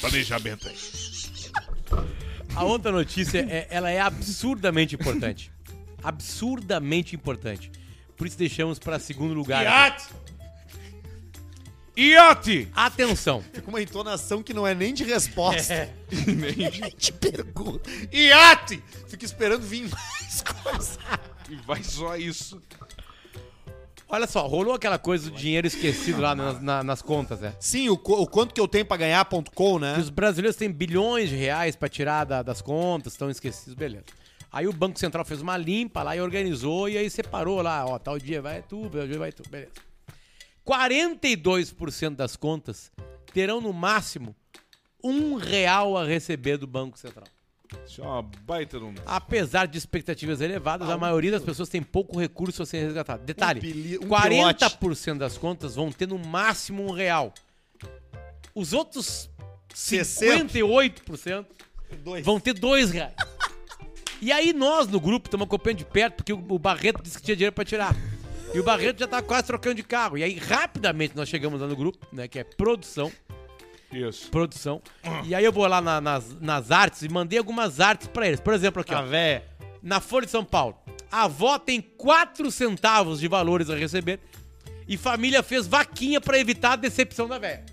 S2: planejamento aí.
S3: A outra notícia, é, ela é absurdamente importante. Absurdamente importante. Por isso deixamos pra segundo lugar. aqui.
S2: Iate! Iate!
S3: Atenção.
S1: Com uma entonação que não é nem de resposta. Nem de pergunta.
S2: Iate!
S1: Fico esperando vir mais coisa.
S2: E vai só isso.
S3: Olha só, rolou aquela coisa do dinheiro esquecido lá nas, na- nas contas, né?
S1: Sim, o, co- o quanto que eu tenho pra ganhar.com,
S3: Que
S1: né?
S3: os brasileiros têm bilhões de reais pra tirar da- das contas, estão esquecidos, beleza. Aí o Banco Central fez uma limpa lá e organizou, e aí separou lá, ó, tal dia vai tu, tal dia vai tu, beleza. 42% das contas terão no máximo um real a receber do Banco Central.
S2: Isso é uma baita de um...
S3: Apesar de expectativas elevadas, a maioria das pessoas tem pouco recurso a ser resgatado. Detalhe,
S1: Ah, Um bili- um
S3: 40% das contas vão ter no máximo um real. Os outros
S1: 60.
S3: 58%
S1: Dois.
S3: vão ter dois reais. E aí nós, no grupo, estamos acompanhando de perto, porque o o Barreto disse que tinha dinheiro para tirar. E o Barreto já tá quase trocando de carro. E aí, rapidamente, nós chegamos lá no grupo, né? Que é produção
S2: Isso.
S3: produção. E aí eu vou lá na- nas, nas artes e mandei algumas artes pra eles. Por exemplo, aqui, ó,
S1: véia.
S3: na Folha de São Paulo. A avó tem 4 centavos de valores a receber e família fez vaquinha pra evitar a decepção da véia.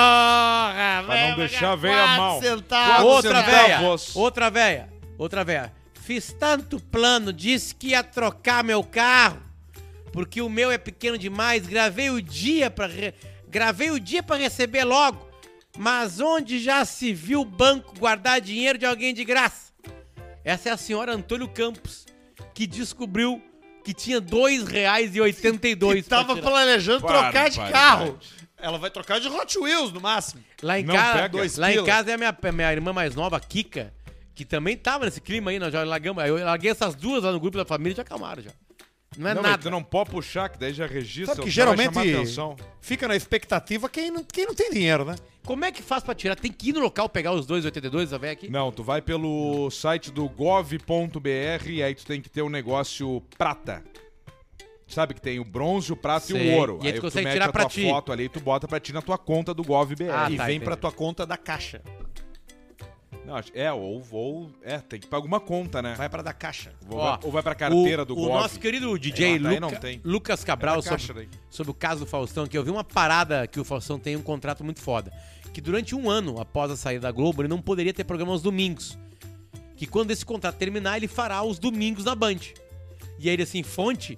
S1: Porra,
S2: Pra não deixar a veia mal.
S1: Centavos.
S3: Outra véia,
S2: centavos.
S3: outra véia, outra véia. Fiz tanto plano, disse que ia trocar meu carro, porque o meu é pequeno demais, gravei o dia pra re- gravei o dia para receber logo. Mas onde já se viu o banco guardar dinheiro de alguém de graça? Essa é a senhora Antônio Campos, que descobriu que tinha R$ 2,82. pra
S1: Tava
S3: tirar.
S1: planejando trocar de
S2: Barbaridade.
S1: carro. Ela vai trocar de Hot Wheels, no máximo.
S3: Lá em
S2: Não
S3: casa,
S2: pega.
S3: dois
S1: Dois
S3: lá em
S1: pila.
S3: casa é a minha, a minha irmã mais nova, a Kika, que também tava nesse clima aí, nós já largamos. Eu larguei essas duas lá no grupo da família e já acalmaram já. Não é
S4: Não, mas
S3: nada.
S2: então-
S4: tu não pode puxar, que daí já registra.
S1: Sabe que
S4: o cara vai
S1: geralmente-
S4: chamar atenção.
S1: Fica na expectativa quem não, quem não tem dinheiro, né?
S3: Como é que faz pra tirar? Tem que ir no local pegar os 2,82, a véia aqui?
S4: Não, tu vai pelo site do gov.br e aí tu tem que ter um negócio prata. Sabe que tem o bronze, o prata e
S3: Sei.
S4: o ouro.
S3: E aí tu consegue
S4: mete
S3: tirar
S4: a
S3: pra
S4: tua
S3: ti.
S4: foto ali e tu bota pra ti na tua conta do gov.br.
S3: Ah,
S1: e
S3: tá,
S1: vem
S3: entendi.
S1: pra tua conta da caixa.
S4: Não, acho- é, ou, ou é, tem que pagar alguma conta, né?
S1: Vai pra da caixa.
S4: Ou
S3: Ó,
S4: vai- ou vai pra carteira
S3: o,
S4: do
S3: O
S4: gov.
S3: nosso querido DJ
S4: É, lá daí
S3: Luca-
S4: não tem.
S3: Lucas Cabral
S4: É da caixa
S3: sobre,
S4: daí.
S3: sobre o caso do Faustão, que eu vi uma parada que o Faustão tem um contrato muito foda. que durante um ano após a saída da Globo ele não poderia ter programa aos domingos. Que quando esse contrato terminar, ele fará os domingos na Band. E aí ele assim, fonte,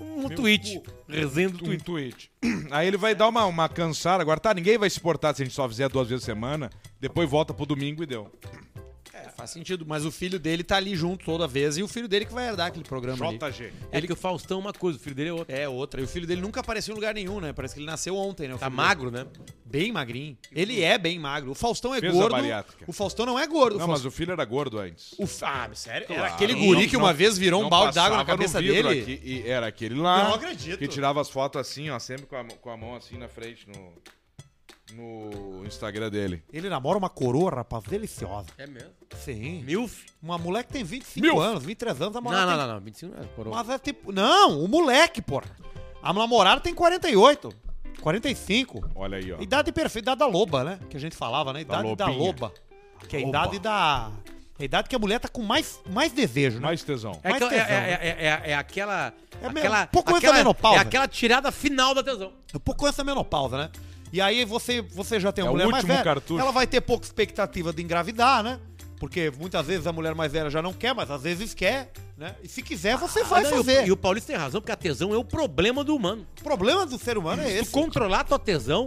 S3: um tweet. Resenha do
S2: Um
S3: tweet.
S2: tweet.
S4: Aí ele vai dar uma, uma cansada agora. Tá, ninguém vai se portar se a gente só fizer duas vezes a semana. Depois volta pro domingo e deu.
S1: É, faz sentido, mas o filho dele tá ali junto toda vez e o filho dele que vai herdar aquele programa ali.
S2: JG.
S3: É que o Faustão é uma coisa, o filho dele é outra.
S1: É, outra. E o filho dele nunca apareceu em lugar nenhum, né? Parece que ele nasceu ontem, né? o
S3: Tá
S1: filho
S3: magro, né?
S1: dele. Bem magrinho. Ele é bem magro. O Faustão é
S4: Fez a
S1: gordo.
S4: bariátrica.
S1: O Faustão não é gordo.
S4: Não,
S1: o Faustão...
S4: mas o filho era gordo antes.
S1: o Fa- Ah, sério? Era
S4: Claro.
S1: aquele
S4: Não,
S1: guri que
S4: não-
S1: uma vez virou um
S4: Não
S1: balde d'água na
S4: passava no
S1: cabeça
S4: vidro
S1: dele.
S4: aqui, e era aquele lá.
S1: Não acredito.
S4: Que tirava as fotos assim, ó, sempre com a, mão- com a mão assim na frente no, no Instagram dele.
S1: Ele namora uma coroa, rapaz, deliciosa.
S3: É mesmo?
S1: Sim.
S3: Milf?
S1: Uma mulher que tem 25
S2: Mil.
S1: anos, 23 anos, a
S3: Não,
S1: namorada
S3: não,
S1: tem...
S3: não, não. 25 não é coroa.
S1: Mas é tipo... Não, o moleque, porra. A namorada tem 48, 45.
S4: Olha aí, ó.
S1: Idade perfeita, idade da loba, né? Que a gente falava, né? Idade da,
S4: lobinha.
S1: loba. Que é a idade da... A idade que a mulher tá com mais, mais desejo, né?
S4: Mais tesão.
S3: É,
S1: Mais
S3: aquela, é,
S1: tesão,
S3: é- é- é- é aquela.
S1: É mesmo,
S3: aquela
S1: pouco antes da
S3: aquela,
S1: menopausa.
S3: É aquela tirada final da tesão.
S1: Um pouco essa menopausa, né? E aí você, você já tem uma
S4: É o
S1: mulher mais
S4: último
S1: velha,
S4: cartucho.
S1: ela vai ter pouca expectativa de engravidar, né? Porque muitas vezes a mulher mais velha já não quer, mas às vezes quer, né? E se quiser, você vai
S3: Ah, não, e o-
S1: fazer.
S3: E o, Paulista tem razão, porque a tesão é o problema do humano.
S1: O problema do ser humano é
S3: Se tu
S1: esse.
S3: controlar tua tesão,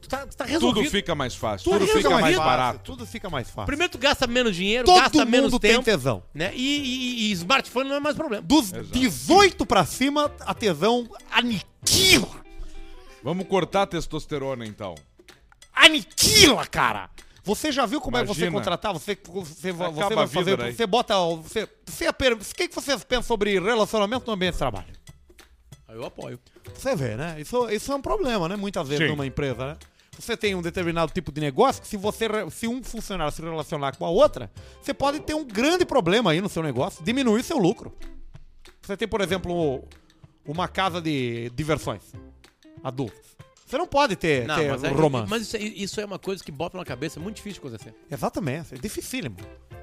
S3: tu tá, tu tá resolvido.
S4: Tudo fica mais fácil.
S3: Tudo
S4: Tudo fica
S3: resolvido.
S4: mais
S1: fácil,
S4: barato.
S1: Tudo fica mais fácil.
S3: Primeiro tu gasta menos dinheiro,
S1: Todo
S3: gasta
S1: mundo
S3: menos
S1: tem
S3: tempo.
S1: tesão.
S3: Né? E, e- e smartphone não é mais problema.
S1: Dos 18 pra cima, a tesão aniquila.
S4: Vamos cortar a testosterona então.
S1: Aniquila, cara. Você já viu como é você
S4: Imagina.
S1: contratar? Você, você, va-
S4: Acaba
S1: você
S4: a
S1: vai
S4: vida
S1: fazer.
S3: né?
S4: daí.
S1: Você bota. o- Você, você, aper- o que que você pensa sobre relacionamento no ambiente de trabalho?
S3: Aí eu apoio.
S1: Você vê, né? Isso, isso é um problema, né? Muitas vezes
S4: Sim.
S1: numa empresa, né? Você tem um determinado tipo de negócio que se você re- se um funcionário se relacionar com a outra, você pode ter um grande problema aí no seu negócio, diminuir seu lucro. Você tem, por exemplo, o- uma casa de diversões adultos. Você não pode ter,
S3: Não,
S1: ter
S3: mas, aí-
S1: romance.
S3: mas isso, é, isso é uma coisa que bota na cabeça muito difícil de acontecer.
S1: Exatamente, é dificílimo.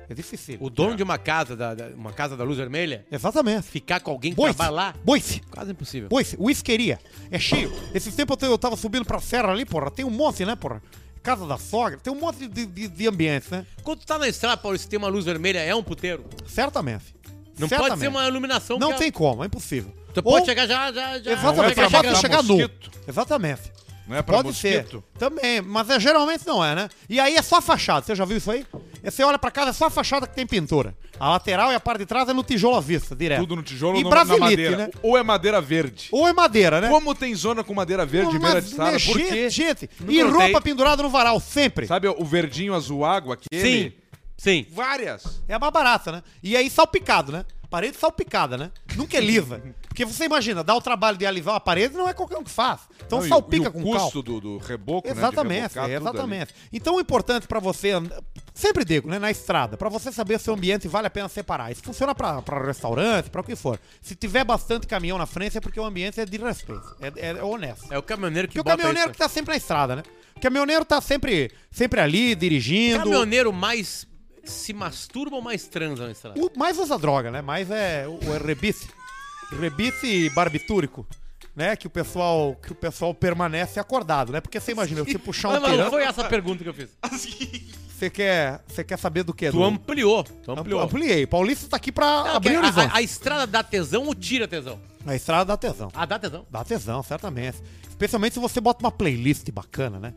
S1: É dificílimo.
S3: O dono de uma casa, da, da- uma casa da luz vermelha,
S1: Exatamente.
S3: ficar com alguém que
S1: Boice.
S3: trabalha lá,
S1: Boice.
S3: quase impossível.
S1: Pois, uisqueria. É cheio. Esses tempos eu, te- eu tava subindo pra serra ali, porra. Tem um monte, né, porra? Casa da sogra. Tem um monte de, de, de ambientes, né?
S3: Quando tu tá na estrada, Paulo, se tem uma luz vermelha, é um puteiro.
S1: Certamente.
S3: Não
S1: Certamente.
S3: pode ser uma iluminação
S1: Não
S3: que
S1: tem como, é impossível.
S3: Tu
S1: Ou-
S3: pode chegar já, já, já.
S4: Não
S1: Exatamente.
S4: é pra
S1: Chegar, chegar,
S4: matar
S1: chegar nu.
S4: mosquito.
S1: Exatamente.
S4: Não é pra
S1: Pode
S4: mosquito?
S1: ser. Também, mas é, geralmente não é, né? E aí é só a fachada. Você já viu isso aí? E Você olha pra casa, é só a fachada que tem pintura. A lateral e a parte de trás é no tijolo à vista, direto.
S4: Tudo no tijolo
S1: É. e
S4: ou no- na
S1: brasilite,
S4: madeira.
S1: né?
S4: Ou é madeira verde.
S1: Ou é madeira, né?
S4: Como tem zona com madeira verde e
S1: Mas,
S4: beira de estrada?
S1: né,
S4: Por
S1: gente,
S4: quê?
S1: Gente,
S3: Nunca
S1: e
S3: notei.
S1: roupa pendurada no varal, sempre.
S4: Sabe o verdinho azul água aquele?
S3: Sim, sim.
S4: Várias.
S1: É a mais barata, né? E aí salpicado, né? Parede salpicada, né? Nunca é lisa. Porque você imagina, dá o trabalho de alisar uma parede, não é qualquer um que faz. Então
S4: Não, e o-
S1: salpica
S4: e o
S1: com
S4: custo
S1: cal.
S4: do, do reboco, né? de
S1: Exatamente,
S4: rebocar
S1: é,
S4: tudo ali.
S1: exatamente. Então o importante pra você, and- sempre digo, né, na estrada, pra você saber se o ambiente vale a pena separar. Isso funciona pra pra restaurante, pra o que for. Se tiver bastante caminhão na frente é porque o ambiente é de respeito, é, é honesto.
S3: É o caminhoneiro que
S1: Porque o
S3: bota
S1: caminhoneiro que
S3: isso.
S1: tá sempre na estrada, né? O caminhoneiro tá sempre, sempre ali, dirigindo.
S3: é Caminhoneiro mais se masturba ou mais transa na estrada?
S1: O- mais usa droga, né? Mais é o o é rebice. Rebice barbitúrico. Né? Que o pessoal que o pessoal permanece acordado, né? Porque você imagina, você puxar
S3: Ah,
S1: um
S3: mas não
S1: piranha,
S3: foi essa a pergunta que eu fiz.
S1: você quer, você quer saber do quê?
S3: Tu
S1: Do-
S3: ampliou. Tu
S1: Ampli-
S3: ampliou.
S1: Ampliei. Paulista tá aqui pra
S3: Não, é
S1: abrir
S3: que a-
S1: horizonte.
S3: a, a estrada dá tesão ou tira tesão?
S1: A estrada dá tesão.
S3: Ah, dá tesão.
S1: Dá tesão, certamente. Especialmente se você bota uma playlist bacana, né?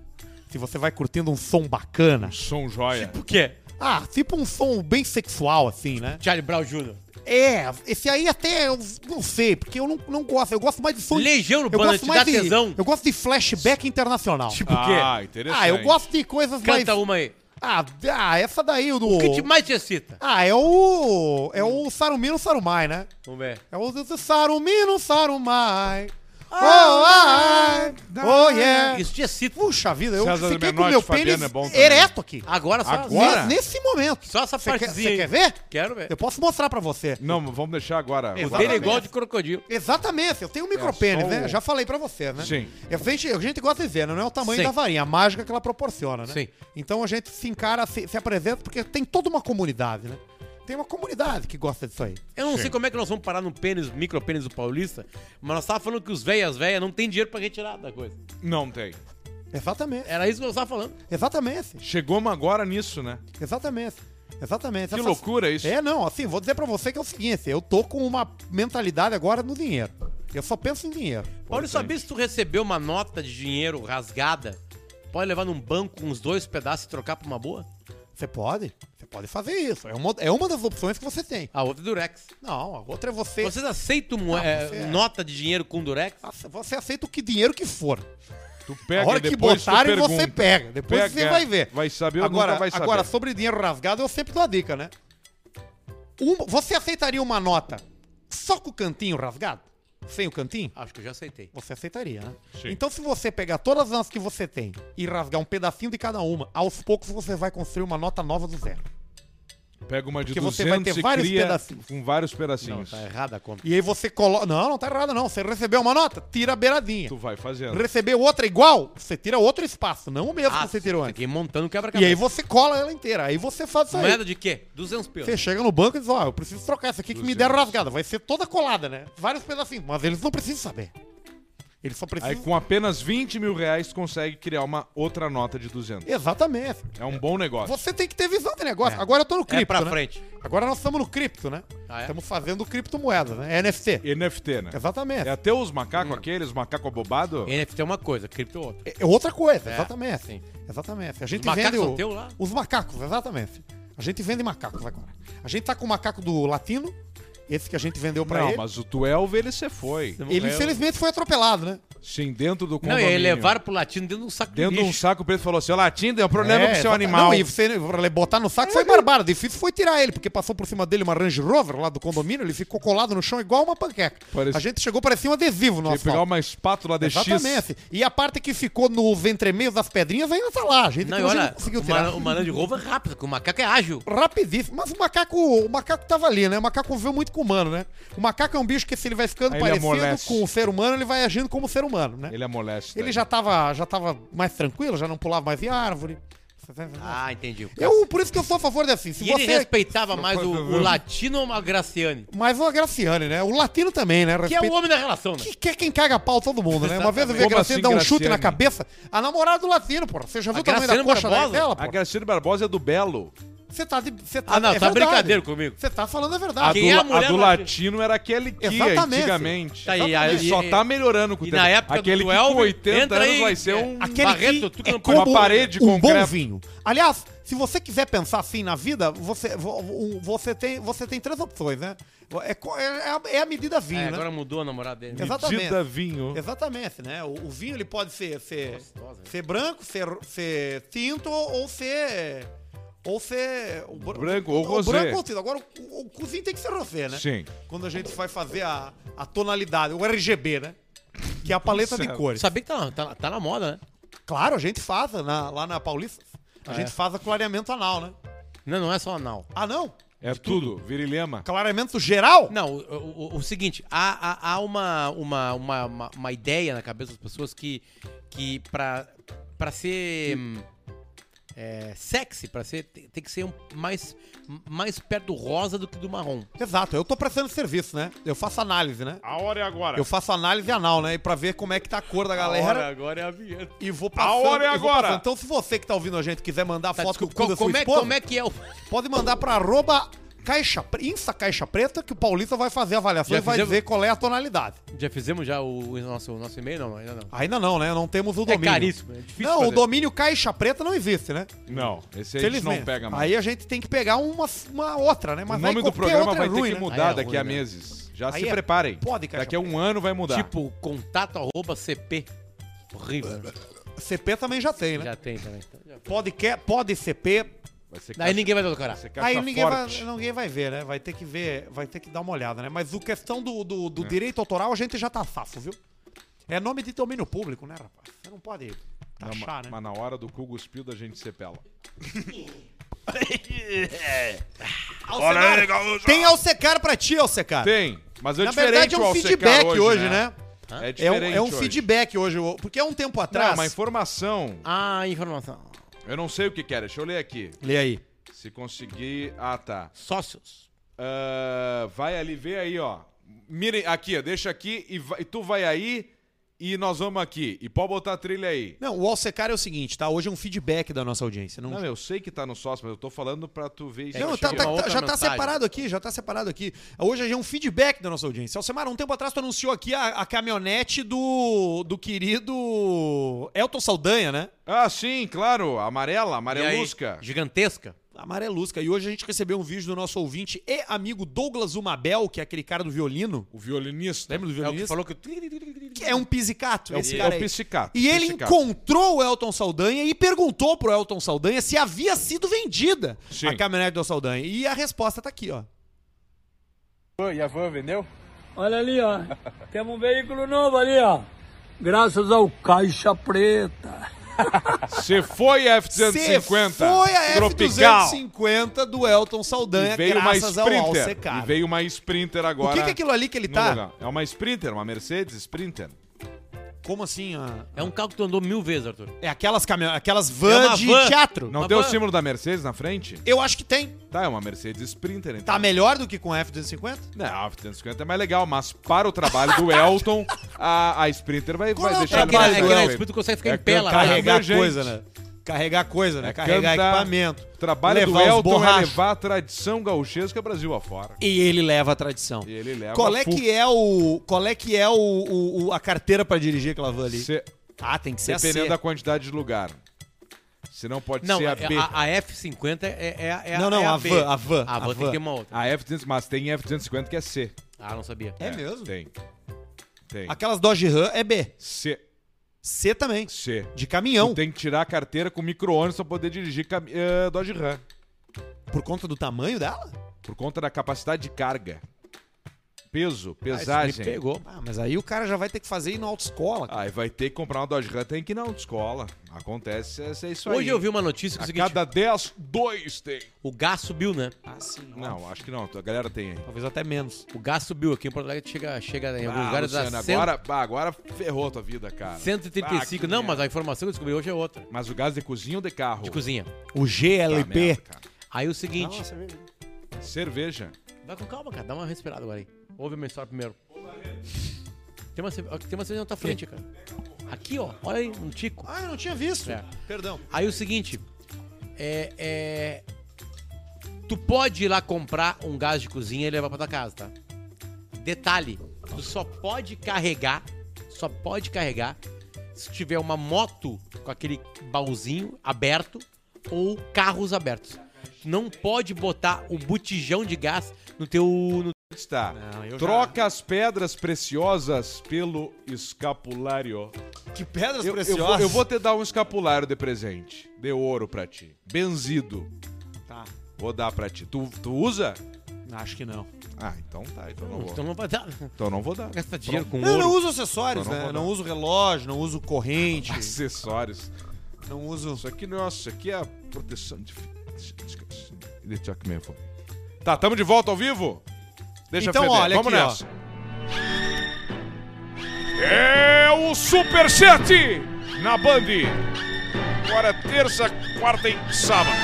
S1: Se você vai curtindo um som bacana.
S4: Som joia.
S3: Por quê?
S1: Ah, tipo um som bem sexual, assim, né?
S3: Charlie Brown Jr.
S1: É, esse aí até eu não sei, porque eu não, não gosto. Eu gosto mais de som.
S3: Legião
S1: eu
S3: Urbana,
S1: gosto
S3: te
S1: mais
S3: dá
S1: de,
S3: tesão?
S1: Eu gosto de flashback internacional.
S3: Tipo o quê?
S4: Ah, interessante.
S1: ah, eu gosto de coisas mais.
S3: Canta uma aí.
S1: Ah, ah, essa daí o do.
S3: O que te mais te excita?
S1: Ah, é o. É o Sarumino Sarumai, né?
S3: Vamos ver.
S1: É o do- do Sarumino Sarumai.
S4: Ah,
S1: Oh, ai, oh, yeah.
S3: Isso te excita.
S1: Puxa vida, eu
S4: César
S1: fiquei com
S4: Menotti,
S1: meu
S4: Fabiano
S1: pênis
S4: é bom também.
S1: ereto aqui.
S3: Agora só.
S4: Agora?
S1: Ne- Nesse momento.
S3: Só essa
S1: Você quer,
S3: partezinha
S1: você quer
S3: aí.
S1: ver?
S3: Quero ver.
S1: Eu posso mostrar pra você.
S4: Não, mas vamos deixar agora.
S3: É
S4: Vamos
S3: dele
S4: lá.
S3: é igual de crocodilo.
S1: Exatamente, eu tenho um micropênis,
S4: É, só o-
S1: né? Já falei pra você, né?
S4: Sim.
S1: E A gente, a gente gosta de ver, né? não é o tamanho
S3: Sim.
S1: da varinha, a mágica que ela proporciona, né?
S3: Sim.
S1: Então a gente se encara, se, se apresenta, porque tem toda uma comunidade, né? Tem uma comunidade que gosta disso aí.
S3: Eu não sei como é que nós vamos parar no pênis, micro pênis do paulista, mas nós tava falando que os velhas velhas não tem dinheiro pra retirar da coisa.
S4: Não tem.
S1: Exatamente.
S3: Era isso que eu tava falando.
S1: Exatamente.
S4: Chegamos agora nisso, né?
S1: Exatamente. Exatamente.
S4: Que
S1: Essas-
S4: loucura isso.
S1: Então É, não, assim, vou dizer pra você que é o seguinte, eu tô com uma mentalidade agora no dinheiro. Eu só penso em dinheiro.
S3: Paulo, sabia se tu recebeu uma nota de dinheiro rasgada, pode levar num banco com uns dois pedaços e trocar pra uma boa?
S1: Você pode? Você pode fazer isso. É uma, é uma das opções que você tem.
S3: A outra é Durex.
S1: Não, a outra é você. Você,
S3: Vocês aceitam mo-
S1: Ah,
S3: eh,
S1: você é.
S3: nota de dinheiro com Durex?
S1: você aceita o que dinheiro que for.
S4: Tu
S1: A
S4: pega
S1: hora
S4: e
S1: que
S4: depois tu
S1: botarem,
S4: pergunta.
S1: você pega. Depois
S4: Pega,
S1: você vai ver.
S4: vai saber ou
S1: agora,
S4: nunca vai saber.
S1: Agora, sobre dinheiro rasgado, eu sempre dou a dica, né? Um- você aceitaria uma nota só com o cantinho rasgado? Sem o cantinho?
S3: Acho que eu já aceitei.
S1: Você aceitaria, né?
S4: Sim.
S1: Então, se você pegar todas as notas que você tem e rasgar um pedacinho de cada uma, aos poucos você vai construir uma nota nova do zero.
S4: Pega uma de
S1: Porque
S4: 200
S1: você vai ter
S4: e
S1: vários
S4: cria
S1: pedacinhos. tá
S4: com vários pedacinhos.
S3: tá errada a conta.
S1: E aí você coloca. Não, não tá errado, não. Você recebeu uma nota, tira a beiradinha.
S4: Tu vai fazendo.
S1: Recebeu outra igual, você tira outro espaço, não o mesmo
S3: Ah,
S1: que você tirou antes.
S3: Fiquei montando um
S1: E
S3: quebra-cabeça.
S1: aí você cola ela inteira. Aí você faz isso aí.
S3: Moeda de quê? 200 pila.
S1: Você chega no banco e diz: Ó, eu preciso trocar essa aqui que me deram rasgada. Vai ser toda colada, né? Vários pedacinhos. Mas eles não precisam saber. Eles só precisam.
S4: Aí com apenas 20 mil reais tu consegue criar uma outra nota de 200.
S1: Exatamente.
S4: É um bom negócio.
S1: Você tem que ter visão de negócio. Agora eu tô no cripto.
S3: É pra
S1: né?
S3: frente.
S1: Agora nós estamos no cripto, né?
S3: Ah, é?
S1: Estamos fazendo criptomoeda, né? É NFT.
S4: NFT, né?
S1: Exatamente.
S4: É até os
S1: Hum.
S4: macacos aqueles, macaco abobado.
S3: NFT é uma coisa, cripto é outra.
S1: É outra coisa,
S3: É,
S1: exatamente.
S3: sim.
S1: Exatamente. A gente
S3: macacos
S1: vende o-
S3: são teu lá?
S1: os macacos, exatamente. A gente vende macacos agora. A gente tá com o macaco do latino, esse que a gente vendeu pra
S4: Não,
S1: ele.
S4: mas o Twelve ele você foi.
S1: Ele infelizmente foi atropelado, né?
S4: Sim, dentro do
S3: Não,
S4: condomínio.
S3: e aí levaram pro latino dentro de um saco
S4: Dentro
S3: de
S4: de um
S3: lixo.
S4: saco preto falou assim, ó Latim, tem um problema
S1: É,
S4: com o seu
S1: exata-
S4: animal. É.
S1: Não, e você botar no saco foi barbado. Difícil foi tirar ele, porque passou por cima dele uma Range Rover lá do condomínio, ele ficou colado no chão igual uma panqueca.
S4: Parece-
S1: A gente chegou, parecia um adesivo no
S4: Tem que pegar
S1: asfalto.
S4: uma espátula de X.
S1: Exatamente. E a parte que ficou no ventre das pedrinhas ainda tá lá. A gente
S3: Não, e
S1: inclusive,
S3: olha,
S1: conseguiu
S3: o
S1: tirar.
S3: Maran- o Maran de Rover é rápido, porque o macaco é ágil.
S1: Rapidíssimo. Mas o macaco, o macaco tava ali, né? O macaco conviveu muito com o humano, né? O macaco é um bicho que se ele vai ficando
S4: Aí ele
S1: parecido
S4: amolece.
S1: com o ser humano, ele vai agindo como ser humano, né? Ele,
S4: Ele é molesto. né?
S1: já, tava, já tava mais tranquilo, já não pulava mais em árvore.
S3: Ah, entendi.
S1: Eu, por isso que eu sou a favor de assim. Se
S3: E
S1: você.
S3: ele respeitava mais o, o latino ou o Graciane?
S1: Mas o Graciane, né? O latino também, né?
S3: Que é
S1: Respeita...
S3: o homem da relação, né?
S1: Que, que é quem caga pau todo mundo, né? Uma vez eu vi a
S4: Como
S1: Graciane
S4: assim,
S1: dar um chute
S4: Graciane?
S1: na cabeça. A namorada do latino, porra. Você já viu
S3: A
S1: o tamanho da
S3: Graciane é
S1: coxa da-
S3: Barbosa?
S1: dela,
S4: A
S1: porra?
S4: Graciane Barbosa é do Belo.
S1: Você tá de. Você tá,
S3: Ah, não,
S1: é
S3: tá
S1: verdade.
S3: brincadeira comigo.
S1: Você tá falando a
S4: A
S1: verdade.
S4: do,
S3: quem é a
S4: a
S3: mulher
S4: do
S3: latina?
S4: latino era aquele que
S1: Exatamente.
S4: antigamente.
S3: Tá, e aí-
S4: Ele só tá melhorando com o
S3: e
S4: tempo.
S3: na época do
S4: aquele que com
S3: Elvio,
S4: 80
S3: entra
S4: anos
S3: aí,
S4: vai ser
S3: é,
S4: um...
S3: aqui-
S1: Aquele
S3: Barreto,
S1: que
S3: tu que
S1: é
S3: não
S1: como
S4: põe uma parede
S1: um bom
S4: concreta.
S1: vinho. Aliás, se você quiser pensar assim na vida, você, vo- vo- você, tem, você tem três opções, né? É, co- é a- é a medida vinho,
S3: É,
S1: né?
S3: agora mudou a namorada dele.
S1: Exato. exatamente.
S4: Medida vinho.
S1: Exatamente, né? O, o vinho ele pode ser, ser, ser branco, ser, ser tinto ou ser. Ou ser. O br-
S4: Branco ou
S1: o
S4: rosé.
S1: branco ou tinto. Agora, o, o cozinho tem que ser rosé, né?
S4: Sim.
S1: Quando a gente vai fazer a, a tonalidade, o RGB, né? Que é a paleta de
S4: Certo.
S1: cores.
S3: Sabia que tá, na- tá, na- tá na moda, né?
S1: Claro, a gente faz na- lá na Paulista. A gente faz o clareamento anal, né?
S3: Não, não é só anal.
S1: Ah, não?
S4: É tudo. Virilema.
S1: Clareamento geral?
S3: Não, o, o- o- o seguinte, há, há, há uma, uma, uma, uma, uma ideia na cabeça das pessoas que, que pra, pra ser hum, é, sexy, pra ser, tem, tem que ser um- mais, mais perto do rosa do que do marrom.
S1: Exato, eu tô prestando serviço, né? Eu faço análise,
S4: Ah,
S1: né?
S2: A hora é
S4: tá.
S2: agora.
S1: Eu faço análise anal, né? E pra ver como é que tá a cor da galera.
S3: agora é a vinheta.
S1: E vou passando.
S2: A hora é
S1: e vou
S2: agora.
S1: passando. Então, se você que tá ouvindo a gente quiser mandar
S3: Tá,
S1: foto
S3: desculpa,
S1: do cu da
S3: co-
S1: sua
S3: como, é,
S1: esposa,
S3: como é que é o...
S1: pode mandar pra arroba caixa, Pre- Insta Caixa Preta, que o Paulista vai fazer a avaliação
S3: Já
S1: e vai
S3: fizemos?
S1: dizer qual é a tonalidade.
S3: Já fizemos já o, o nosso, o nosso e-mail? Não, ainda não.
S1: Ainda não, né? Não temos o domínio.
S3: caríssimo, é difícil
S1: Não, o
S3: fazer.
S1: domínio Caixa Preta não existe, né?
S4: Não, esse aí a gente
S1: Felizmente.
S4: não pega mais.
S1: Aí a gente tem que pegar uma, uma outra, né?
S4: o
S1: Mas aí
S4: nome do
S1: qualquer
S4: programa
S1: outra
S4: vai
S1: é
S4: ter
S1: ruim,
S4: que
S1: né?
S4: mudar
S3: Aí é
S4: daqui
S3: ruim,
S4: a
S3: né?
S4: meses. Já
S1: Aí
S4: se
S1: é-
S4: preparem.
S1: pode, cara.
S4: Daqui a um ano vai mudar.
S3: Tipo, contato arroba CP. Horrível. né?
S1: É. CP também já tem, né?
S3: Já tem também.
S1: Pode, quer, pode CP.
S4: vai ser
S3: Daí
S4: caixa,
S3: ninguém vai decorar.
S4: vai ser caixa
S1: Aí ninguém vai,
S4: forte.
S1: ninguém vai ver, né? Vai ter que ver, vai ter que dar uma olhada, né? Mas o questão do, do,
S4: É.
S1: do direito autoral a gente já tá safo, viu? É nome de domínio público, né, rapaz? Você não pode
S4: Não, ma-
S1: taxar, né?
S4: Mas na hora do cu cuspido a gente sepela.
S2: Olha
S1: Alcenar,
S2: aí, gaúcho.
S1: Tem Alcecar pra ti, Alcecar.
S4: Tem, mas é
S1: Ah. Na
S4: diferente
S1: verdade é
S4: o
S1: um
S4: Alcecar
S1: feedback hoje, né?
S4: É
S1: É um,
S4: diferente
S1: é um
S4: hoje.
S1: feedback hoje, o- porque há um tempo
S4: Não, é
S1: atrás...
S4: uma informação.
S3: Ah, informação.
S4: Eu não sei o que que era. Deixa eu ler aqui.
S1: Lê aí.
S4: Se conseguir... Ah, tá.
S3: Sócios.
S4: Ah, vai ali, vê aí, ó. Mire, aqui, ó, deixa aqui e, vai- e tu vai aí E nós vamos aqui. E pode botar a trilha aí.
S1: Não, o Alcecar é o seguinte, tá? Hoje é um feedback da nossa audiência. Não,
S4: Não, eu sei que tá no sócio, mas eu tô falando pra tu ver isso.
S1: Não,
S4: aqui,
S1: tá-
S4: ó.
S1: tá-
S3: uma outra
S1: já tá
S3: mensagem.
S1: separado aqui, já tá separado aqui. Hoje é um feedback da nossa audiência. Alcemar, um tempo atrás tu anunciou aqui a, a caminhonete do, do querido Elton Saldanha, né?
S4: Ah, sim, claro. Amarela,
S3: E aí,
S4: amarelusca.
S3: Gigantesca.
S1: Amarelusca. E hoje a gente recebeu um vídeo do nosso ouvinte e amigo Douglas Umabel, que é aquele cara do violino.
S2: O violinista.
S1: Lembra do
S3: É o que
S1: violinista?
S3: falou que...
S1: Que é um pisicato,
S4: É o-
S1: esse
S4: é
S1: cara
S4: o
S1: aí.
S4: psicato.
S1: E ele
S4: psicato.
S1: encontrou o Elton Saldanha e perguntou pro Elton Saldanha se havia sido vendida
S4: Sim.
S1: a caminhonete do Saldanha. E a resposta tá aqui, ó.
S6: E a van vendeu?
S7: Olha ali, ó. Temos um veículo novo ali, ó. Graças ao Caixa Preta.
S4: Se foi a F-250.
S1: Cê Foi a
S4: Tropical.
S1: F250 do Elton Saldanha,
S4: E veio uma
S1: graças ao
S4: Sprinter.
S1: Alcecar.
S4: E veio uma Sprinter
S1: O
S4: agora.
S1: que, que é aquilo ali que ele
S4: no
S1: tá?
S4: lugar. É uma Sprinter, uma Mercedes Sprinter.
S1: Como assim? a-
S3: É um carro que tu andou mil vezes, Arthur.
S1: É aquelas, camin... aquelas van
S3: É uma
S1: de
S3: van.
S1: teatro?
S4: Não
S3: Uma
S4: tem o
S3: van.
S4: símbolo da Mercedes na frente?
S1: Eu acho que tem.
S4: Tá, é uma Mercedes Sprinter. Então.
S1: Tá melhor do que com a F250?
S4: Não, a F-150 é mais legal, mas para o trabalho do Elton, a, a Sprinter vai,
S1: Qual
S4: vai
S1: é o
S4: deixar
S3: É que na,
S1: trabalho
S4: mais
S3: é
S1: do
S3: que na
S1: Elton?
S3: Espírito tu consegue ficar
S4: É
S3: em pé lá.
S4: cantar.
S3: né?
S4: Carregar coisa,
S1: né? Carregar coisa, né?
S4: Carregar equipamento. O trabalho
S1: Levar os
S4: É do Elton é
S1: borrachos.
S4: levar a tradição gaúchesca Brasil afora.
S1: E ele leva a tradição.
S4: E ele leva
S1: Qual é
S4: a fu-
S1: que é o. Qual é que é o, o- o- a carteira pra dirigir aquela van ali?
S4: Se-
S1: Ah, tem que ser a C.
S4: dependendo da quantidade de lugar. Se não pode
S3: é Não,
S4: ser a
S3: é-
S4: B.
S3: a, a F50 é, é, é
S1: Não, não,
S3: é
S1: a
S3: B.
S1: van, a van,
S3: A
S1: a
S3: van tem
S1: van.
S3: que ter uma outra.
S4: A F-250, é mas tem F-250 que é C.
S3: Ah, não sabia.
S1: É mesmo?
S4: Tem. Tem.
S1: Aquelas Dodge Ram é B.
S4: C.
S1: C também.
S4: C.
S1: De caminhão.
S4: Tu tem que tirar a carteira com micro-ônibus pra poder dirigir cam- eh, Dodge Ram.
S1: Por conta do tamanho dela?
S4: Por conta da capacidade de carga. Peso,
S3: Ah, isso me
S4: pesagem.
S3: pegou.
S1: Ah, mas aí o cara já vai ter que fazer ir na autoescola. cara.
S4: Aí vai ter que comprar uma Dodge Ram, tem que ir na autoescola. Acontece, é, é isso aí.
S3: Hoje eu vi uma notícia que é o
S4: A
S3: seguinte,
S4: cada 10, 2 tem.
S3: o gás subiu, né?
S4: Ah, Não, acho que não. A galera tem aí.
S1: Talvez até menos.
S3: O gás subiu aqui em Porto Alegre, chega, chega em alguns
S4: Ah,
S3: lugares
S4: Luciano,
S3: a 100,
S4: agora, bah, agora ferrou tua vida, cara.
S3: 135.
S4: Ah, que
S3: não,
S4: merda.
S3: mas a informação que eu descobri hoje é outra.
S4: Mas o gás de cozinha ou de carro?
S3: De cozinha.
S1: O
S4: Tá,
S1: GLP.
S4: merda, cara.
S3: Aí é o seguinte,
S1: é
S4: Cerveja.
S3: vai com calma, cara, dá uma respirada agora aí. Ouve a minha história primeiro. Tem uma, cerve- ó, tem uma cerveja na tua frente, cara. Aqui, ó, olha aí, um tico.
S1: ah, eu não tinha visto.
S3: É.
S1: Perdão.
S3: Aí o seguinte, é, é, tu pode ir lá comprar um gás de cozinha e levar pra tua casa, tá? Detalhe, tu só pode carregar, só pode carregar se tiver uma moto com aquele baúzinho aberto ou carros abertos. Tu Não pode botar o botijão de gás no teu... no-
S4: Está.
S1: eu já-
S4: Troca as pedras preciosas pelo escapulário.
S1: Que pedras
S4: Eu, eu
S1: preciosas.
S4: vou, eu vou te dar um escapulário de presente. De ouro pra ti. Benzido.
S1: Tá.
S4: Vou dar pra ti. Tu, tu usa?
S1: Acho que não.
S4: Ah, então tá. Então não
S3: Então
S4: vou,
S3: não vai dar.
S4: então não vou dar.
S3: Gasta dinheiro com
S1: Eu não uso
S3: ouro.
S1: acessórios,
S4: Eu Um não
S1: né?
S4: vou
S1: Eu
S4: dar.
S1: não uso relógio, não uso corrente,
S4: Acessórios.
S1: não uso.
S4: Isso aqui, nossa, isso aqui é a proteção de... Deixa eu aqui meu fone. Tá, tamo de volta ao vivo? Deixa
S1: Então,
S4: feder.
S1: olha
S4: Vamos
S1: aqui, ó.
S4: nessa. É o Super 7 na Band.
S2: Agora é terça, quarta e sábado.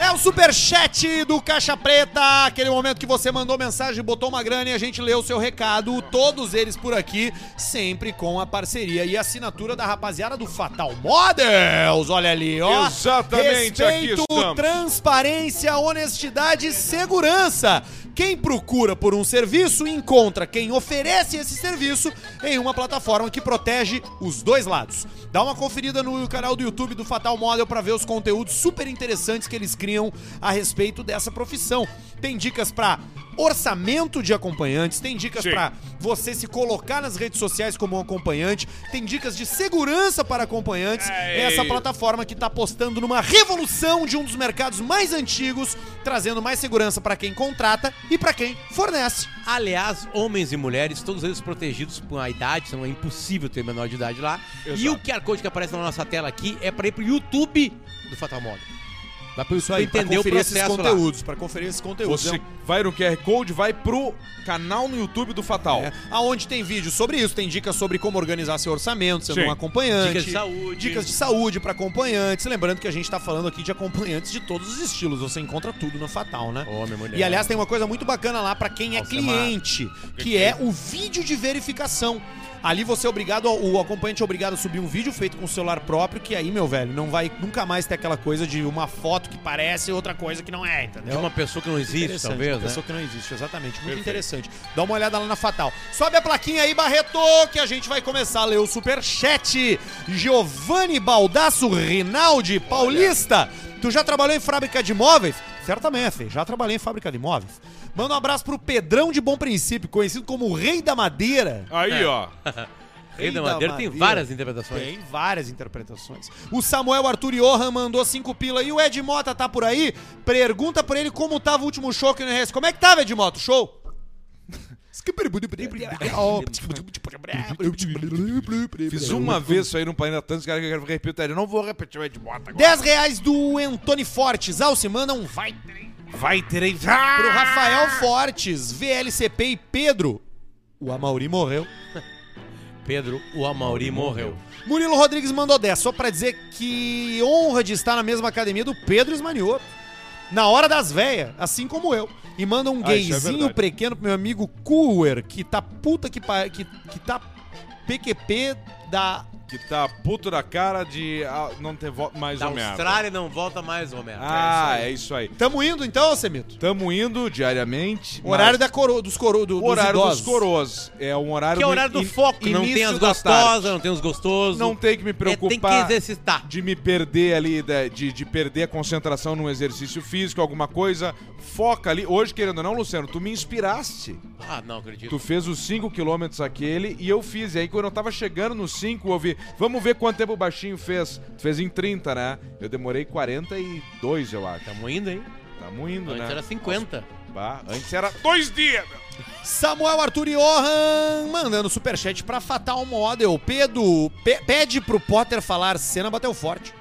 S1: É o superchat do Caixa Preta, aquele momento que você mandou mensagem, botou uma grana e a gente leu o seu recado. Todos eles por aqui, sempre com a parceria e assinatura da rapaziada do Fatal Models. Olha ali, ó.
S4: Exatamente, aqui
S1: Respeito,
S4: estamos.
S1: transparência, honestidade e segurança. Quem procura por um serviço encontra quem oferece esse serviço em uma plataforma que protege os dois lados. Dá uma conferida no canal do YouTube do Fatal Model para ver os conteúdos super interessantes que eles criam a respeito dessa profissão. Tem dicas para orçamento de acompanhantes, tem dicas
S2: Sim.
S1: para você se colocar nas redes sociais como um acompanhante, tem dicas de segurança para acompanhantes.
S2: É
S1: Essa
S2: isso.
S1: plataforma plataforma que está apostando numa revolução de um dos mercados mais antigos, trazendo mais segurança para quem contrata e para quem fornece.
S3: Aliás, homens e mulheres, todos eles protegidos por a idade, senão é impossível ter menor de idade lá. E o QR Code que aparece na nossa tela aqui é para ir pro YouTube do Fatal Modo.
S1: Dá pra isso
S3: aí, pra
S1: entender
S3: conferir
S1: esses
S3: esses
S1: conteúdos, pra conferir esses conteúdos.
S4: Você
S1: É um-
S4: vai no QR Code, vai pro canal no YouTube do Fatal.
S1: é, aonde tem vídeo sobre isso, tem dicas sobre como organizar seu orçamento, sendo
S2: Sim.
S1: um acompanhante.
S3: Dicas de saúde.
S1: Dicas de saúde pra acompanhantes. Lembrando que a gente tá falando aqui de acompanhantes de todos os estilos. Você encontra tudo no Fatal, né?
S5: Homem, mulher.
S1: E aliás, tem uma coisa muito bacana lá pra quem é cliente, que é o vídeo de verificação. Ali você é obrigado, o acompanhante é obrigado a subir um vídeo feito com o celular próprio, que aí, meu velho, não vai nunca mais ter aquela coisa de uma foto que parece e outra coisa que não é, entendeu?
S3: De uma pessoa que não existe,
S1: Interessante,
S3: talvez,
S1: uma
S3: né?
S1: pessoa que não existe, exatamente. Muito interessante. Dá uma olhada lá na Fatal. Sobe a plaquinha aí, Barreto, que a gente vai começar a ler o superchat. Giovanni Baldasso Rinaldi Paulista. Tu já trabalhou em fábrica de imóveis? Certamente, já trabalhei em fábrica de imóveis. Manda um abraço pro Pedrão de Bom Princípio, conhecido como o Rei da Madeira.
S2: Aí, ó.
S3: Rei da
S1: Rei da
S3: Madeira tem
S1: Madeira.
S3: várias interpretações.
S1: Tem várias interpretações. O Samuel Arthur Johan mandou cinco pila e o Ed Mota tá por aí. Pergunta pra ele como tava o último show aqui no RS. Como é que tava, Ed Mota, o show?
S4: Fiz uma vez isso aí no Planeta Tantos, cara, que eu quero repetir. Eu não vou repetir o Ed Bota agora.
S1: 10 reais do Antônio Fortes. Alce manda um vai
S2: Vai ter aí. Ah!
S1: pro Rafael Fortes, VLCP e Pedro. O Amauri morreu.
S3: Pedro, o Amauri morreu.
S1: Murilo Rodrigues mandou 10, só pra dizer que honra de estar na mesma academia do Pedro Esmanioto. Na hora das véias, assim como eu. E manda um
S4: Ah, isso é
S1: gayzinho
S4: verdade.
S1: pequeno pro meu amigo Cooler, que tá puta que pa... que, que tá PQP da.
S4: Que tá puto da cara de ah, não ter voto mais
S3: Da
S4: ou menos.
S3: Austrália não volta mais, Romero.
S4: Ah, é isso aí.
S1: Tamo indo então, Semito?
S4: Tamo indo diariamente.
S1: O horário
S4: mas-
S1: da coro... dos coro... do-
S4: o horário dos,
S1: idosos.
S4: coroas. É um horário
S3: Que é o horário do
S4: in-
S3: foco. Não tem
S4: início
S3: as
S4: da tarde.
S3: gostosas, não tem os gostosos.
S4: Não tem que me
S3: É,
S4: preocupar.
S3: Tem que exercitar.
S4: de me perder ali, da- de, de perder a concentração num exercício físico, alguma coisa, foca ali. Hoje, querendo ou não, Luciano, tu me inspiraste.
S3: Ah, não acredito.
S4: Tu fez os 5 quilômetros aquele e eu fiz. E aí, quando eu tava chegando nos 5, eu vi. Vamos ver quanto tempo o baixinho fez. Tu fez em 30, né? Eu demorei 42, eu acho.
S3: Tamo indo, hein?
S4: Tá muito,
S3: Antes
S4: né?
S3: era 50.
S4: Bah, antes era.
S2: Dois dias, meu.
S1: Samuel Arthur Johan mandando superchat pra Fatal Model. Pedro, pe- pede pro Potter falar cena bateu forte.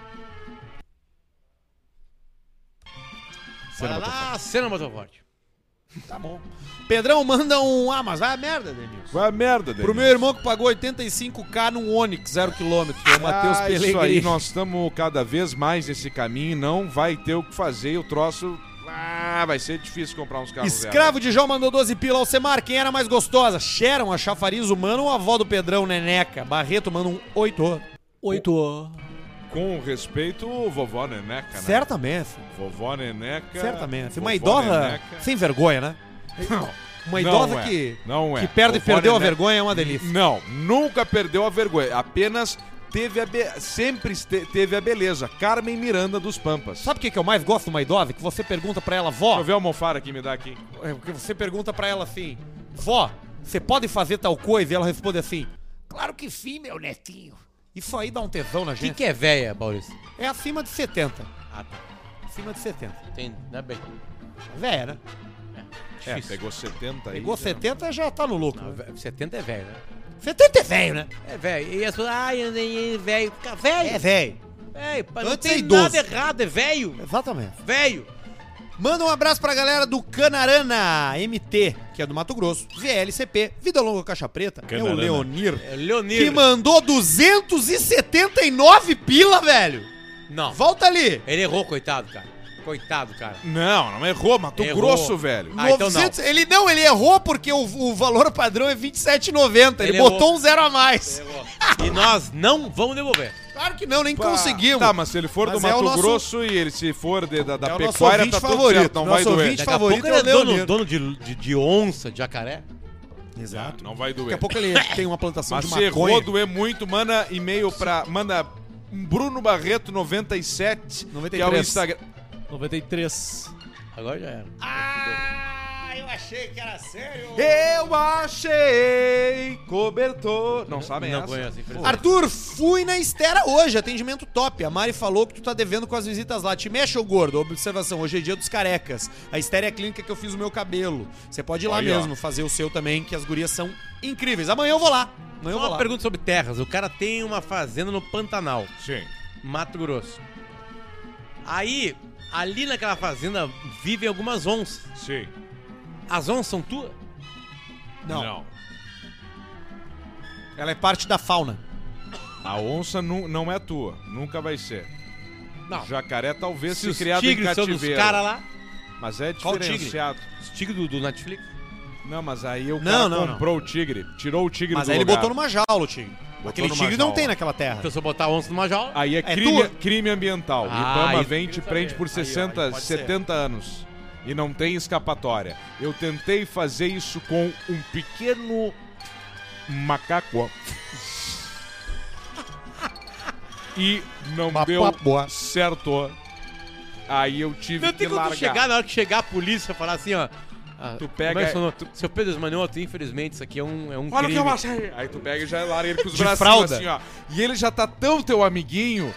S3: Bora lá, cena mais forte.
S1: Tá bom. Pedrão manda um. Ah, mas vai a merda, Denilson.
S4: Vai a merda, dele.
S1: Pro meu irmão que pagou 85k num Onix, 0km, que é o Matheus
S4: ah, isso aí,
S1: Pellegrini.
S4: nós estamos cada vez mais nesse caminho, não vai ter o que fazer e o troço. Ah, vai ser difícil comprar uns carros.
S1: Escravo de João mandou 12 pila. Alcemar, quem era mais gostosa? Sharon, a chafariz humana ou a avó do Pedrão, Neneca? Barreto manda um 8.
S3: 8
S4: Com respeito, vovó Neneca, né?
S1: Certamente,
S4: Vovó Neneca.
S1: certamente. né? Uma
S4: vovó
S1: idosa
S4: Neneca.
S1: sem vergonha, né? Uma
S4: Não
S1: idosa
S4: é,
S1: que,
S4: não é.
S1: que perde e
S4: Vovó
S1: perdeu a
S4: Neneca-
S1: vergonha é uma delícia.
S4: Não, nunca perdeu a vergonha. Apenas teve a be- sempre este- teve a beleza. Carmen Miranda dos Pampas.
S1: Sabe o que, que eu mais gosto de uma idosa? Que você pergunta pra ela, vó,
S4: Deixa eu ver o almofara aqui, me dá aqui.
S1: É, Porque você pergunta pra ela assim: Vó, você pode fazer tal coisa? E ela responde assim: Claro que sim, meu netinho. Isso aí dá um tesão na
S3: O que,
S1: gente.
S3: que é véia, Maurício?
S1: É acima de 70.
S3: Ah, tá.
S1: Acima de 70.
S3: Tem, né, bem.
S1: Véia, né?
S4: É,
S3: Difícil.
S4: pegou 70 aí.
S1: Pegou
S4: né?
S1: 70 já tá no lucro.
S3: Não,
S1: né?
S3: vé- 70 é velho, né?
S1: 70 é velho, né?
S3: É velho. E as pessoas, ai, eu nem- eu- velho. Fica velho.
S1: É velho.
S3: velho. pá, Não
S1: Antes é
S3: tem
S1: idoso.
S3: nada errado, é velho.
S1: Exatamente.
S3: Velho.
S1: Manda um abraço pra galera do Canarana MT, que é do Mato Grosso, VLCP, Vida Longa Caixa Preta, é o Leonir,
S3: É Leonir.
S1: que mandou 279 pila, velho.
S3: Não.
S1: Volta ali.
S3: Ele errou, coitado, cara. Coitado, cara.
S4: Não, não errou, Mato
S3: Errou.
S4: Grosso, velho.
S3: Ah, então
S1: 900 Ele não, ele errou porque o, o valor padrão é 27,90. Ele,
S3: Ele
S1: botou
S3: errou.
S1: um zero a mais.
S3: E nós não vamos devolver.
S1: Claro que não, nem
S4: Pá.
S1: conseguimos.
S4: Tá, mas se ele for
S1: Mas
S4: do
S1: é
S4: Mato
S1: o nosso-
S4: Grosso e ele se for de- da, da
S1: É o nosso
S4: pecuária,
S1: ouvinte
S4: tá tudo
S1: favorito,
S4: certo, não
S1: nosso
S4: vai doer.
S1: ouvinte
S3: Daqui a
S1: favorito
S3: pouco ele é
S1: é o Leonir.
S3: dono, dono de, de, de onça, de jacaré.
S1: Exato.
S4: Ah, Não vai
S1: Daqui
S4: doer.
S1: a pouco ele tem uma plantação
S4: Mas
S1: de
S4: se errou,
S1: maconha.
S4: doer muito, manda e-mail pra... Manda Bruno Barreto 97, que é o
S1: 93.
S4: Instagram.
S5: 93.
S3: Agora já era.
S1: Ah, eu achei que era sério.
S4: Eu achei cobertor. Não sabem
S3: não
S4: essa?
S3: conheço, infelizmente.
S1: Arthur, fui na Estera hoje, atendimento top. A Mari falou que tu tá devendo com as visitas lá. Te mexe, ô gordo. Observação, hoje é dia dos carecas. A Estera é a clínica que eu fiz o meu cabelo. Você pode ir lá
S4: Olha.
S1: mesmo, fazer o seu também, que as gurias são incríveis. Amanhã eu vou lá. Amanhã eu
S3: Só
S1: vou
S3: Então uma
S1: lá.
S3: pergunta sobre terras. O cara
S4: Ah.
S3: tem uma fazenda no Pantanal,
S2: Sim.
S3: Mato Grosso. Aí ali naquela fazenda vivem algumas onças.
S2: Sim.
S3: As onças são tuas?
S1: Não.
S2: Não.
S1: Ela é parte da fauna.
S4: A onça nu- não é tua, nunca vai ser.
S3: Não.
S4: Jacaré talvez se,
S3: os
S4: criado em
S3: tigres são dos
S4: cativeiro.
S3: caras lá,
S4: Mas é
S1: Qual tigre?
S4: diferenciado.
S3: os tigres do, do Netflix.
S4: Ah. Não, mas aí o
S1: Não,
S4: cara
S1: não, não.
S4: comprou o tigre, tirou o tigre
S1: Mas
S4: do
S1: aí ele
S4: lugar.
S1: botou numa jaula o tigre. Aquele
S4: numa
S1: tigre não
S4: jaula.
S1: tem naquela terra.
S3: Então se eu botar onça numa jaula,
S4: Aí é,
S1: É
S4: crime,
S1: tua.
S4: crime ambiental. O
S3: Ah,
S4: Ibama
S3: isso
S4: vem e
S3: eu
S4: te
S3: queria
S4: prende
S3: saber.
S4: por 60,
S1: aí pode ser.
S4: 70 anos. E não tem escapatória. Eu tentei fazer isso com um pequeno macaco. E não
S1: Uma
S4: deu
S1: papoa.
S4: certo. Aí eu tive
S3: não
S4: que
S3: tem como
S4: largar.
S3: tu chegar na hora que chegar a polícia e falar assim, ó. ah,
S4: Tu pega-
S3: como é que seu nome? Seu Pedro Esmanioto, infelizmente, isso aqui é um, é um
S4: Olha o que
S3: crime.
S4: eu achei. Aí tu pega e já larga ele com os
S1: De
S4: braços
S1: fralda.
S4: assim, ó. E ele já tá tão teu amiguinho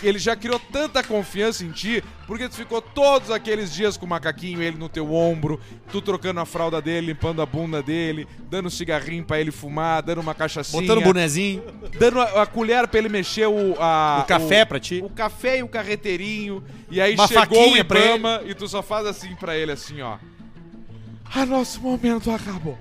S4: que ele já criou tanta confiança em ti, porque tu ficou todos aqueles dias com o macaquinho, ele no teu ombro, tu trocando a fralda dele, limpando a bunda dele, dando cigarrinho pra ele fumar, dando uma cachaçinha,
S1: Botando bonezinho,
S4: dando a, a colher pra ele mexer o a,
S1: o café pra ti.
S4: o, o café e o carreteirinho, e aí
S1: Uma
S4: chegou o
S1: faquinha pra
S4: Ibama e tu só faz assim pra ele assim, ó. Ah, nosso momento acabou.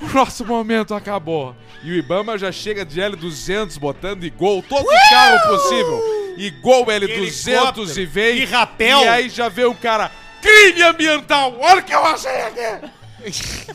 S4: O nosso momento acabou. E o Ibama já chega de L200 botando e gol, todo o carro possível. E gol L200 e vem.
S1: E rapel.
S4: E aí já vê o cara, crime ambiental, olha o que eu achei aqui.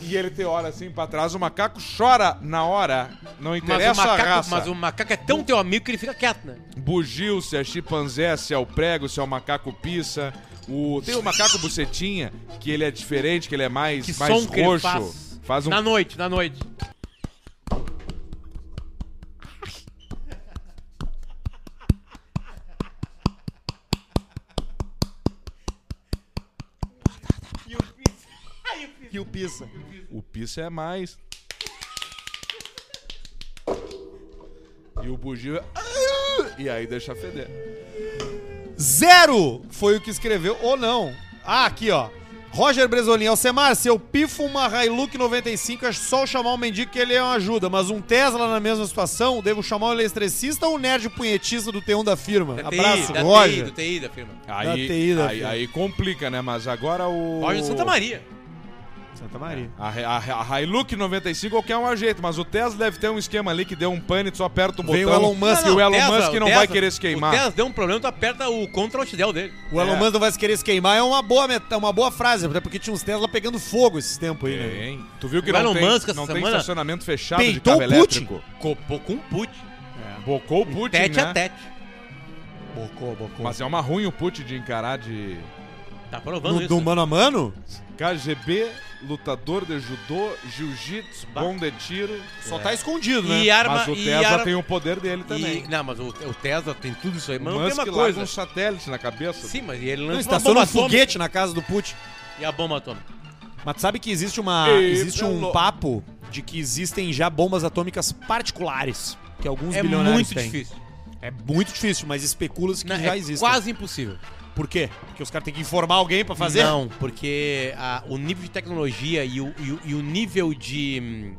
S4: e ele te olha assim pra trás, o macaco chora na hora. Não
S3: Mas
S4: interessa
S3: o,
S4: a
S3: macaco,
S4: raça.
S3: mas o macaco é tão teu amigo que ele fica quieto, né?
S4: Bugio, se é chimpanzé, se é o prego, se é o macaco pissa. O... Tem o macaco bucetinha, que ele é diferente, que ele é mais,
S3: Que
S4: mais
S3: som que ele
S4: roxo.
S3: faz.
S4: Faz um.
S3: Na noite, na noite.
S1: E o pisa.
S4: O pissa é mais. E o bugio. é, "Ah!" E aí deixa feder.
S1: Zero foi o que escreveu, ou não. Ah, aqui, ó. Roger Bresolim, Alcemar, se eu pifo uma Hilux 95, é só eu chamar um mendigo que ele é uma ajuda. Mas um Tesla na mesma situação, devo chamar um eletricista ou um nerd punhetista do T1 da firma?
S3: Da TI,
S1: Abraço,
S3: É da TI,
S1: Roger.
S3: do TI da firma.
S1: Da
S4: Aí,
S1: TI da
S4: aí,
S1: filha.
S4: aí complica, né? Mas agora o.
S3: Roger Santa Maria.
S1: Santa Maria.
S4: A, a, a Hilux 95 qualquer um jeito, mas o Tesla deve ter um esquema ali que deu um pane, tu só aperta o botão.
S1: Vem o Elon Musk,
S4: e o Elon
S3: Tesla,
S4: Musk não
S3: o
S4: vai
S3: Tesla-
S4: querer se queimar.
S3: O Tesla deu um problema, tu aperta o Ctrl Alt Del dele.
S1: O Elon
S4: É.
S1: Musk não vai se querer se queimar é uma boa, meta, uma boa frase, até porque tinha uns Tesla pegando fogo esses tempos aí, né?
S4: Tem. Tu viu que
S3: O
S4: não,
S3: Elon
S4: tem,
S3: Musk essa
S4: não tem
S3: semana
S4: estacionamento fechado de
S1: peitou
S4: carro
S1: o Putin.
S4: elétrico?
S3: Copou com um put.
S4: Bocou o Putin,
S3: Tete
S4: né?
S3: a tete.
S1: Bocou, bocou.
S4: Mas é um uma ruim o Putin de encarar de...
S3: Tá provando
S1: No-
S3: isso.
S1: do mano a mano?
S4: KGB, lutador de judô, jiu-jitsu, bom de tiro.
S1: Só tá escondido, né?
S3: E arma,
S4: Mas o
S3: e
S4: Tesla
S3: arma,
S4: tem o poder dele
S3: e,
S4: também.
S3: Não, mas o, o Tesla tem tudo isso aí, mas
S4: o
S3: não tem
S4: Musk
S3: uma
S4: larga
S3: coisa.
S4: um satélite na cabeça.
S3: Sim, mas ele
S1: Não,
S3: lança uma
S1: estaciona
S3: bomba
S1: um
S3: atômica
S1: foguete na casa do Putin.
S3: e a bomba atômica.
S1: Mas tu sabe que existe uma.
S4: Ei,
S1: existe um
S4: belo.
S1: papo de que existem já bombas atômicas particulares. Que alguns
S3: É
S1: bilionários
S3: muito
S1: têm.
S3: difícil.
S1: É muito difícil, mas especula-se que
S3: Não,
S1: já
S3: é
S1: existe.
S3: quase impossível.
S1: Por quê? Porque os caras têm que informar alguém pra fazer?
S3: Não, porque a- o nível de tecnologia e o, e o- e o nível de. hum,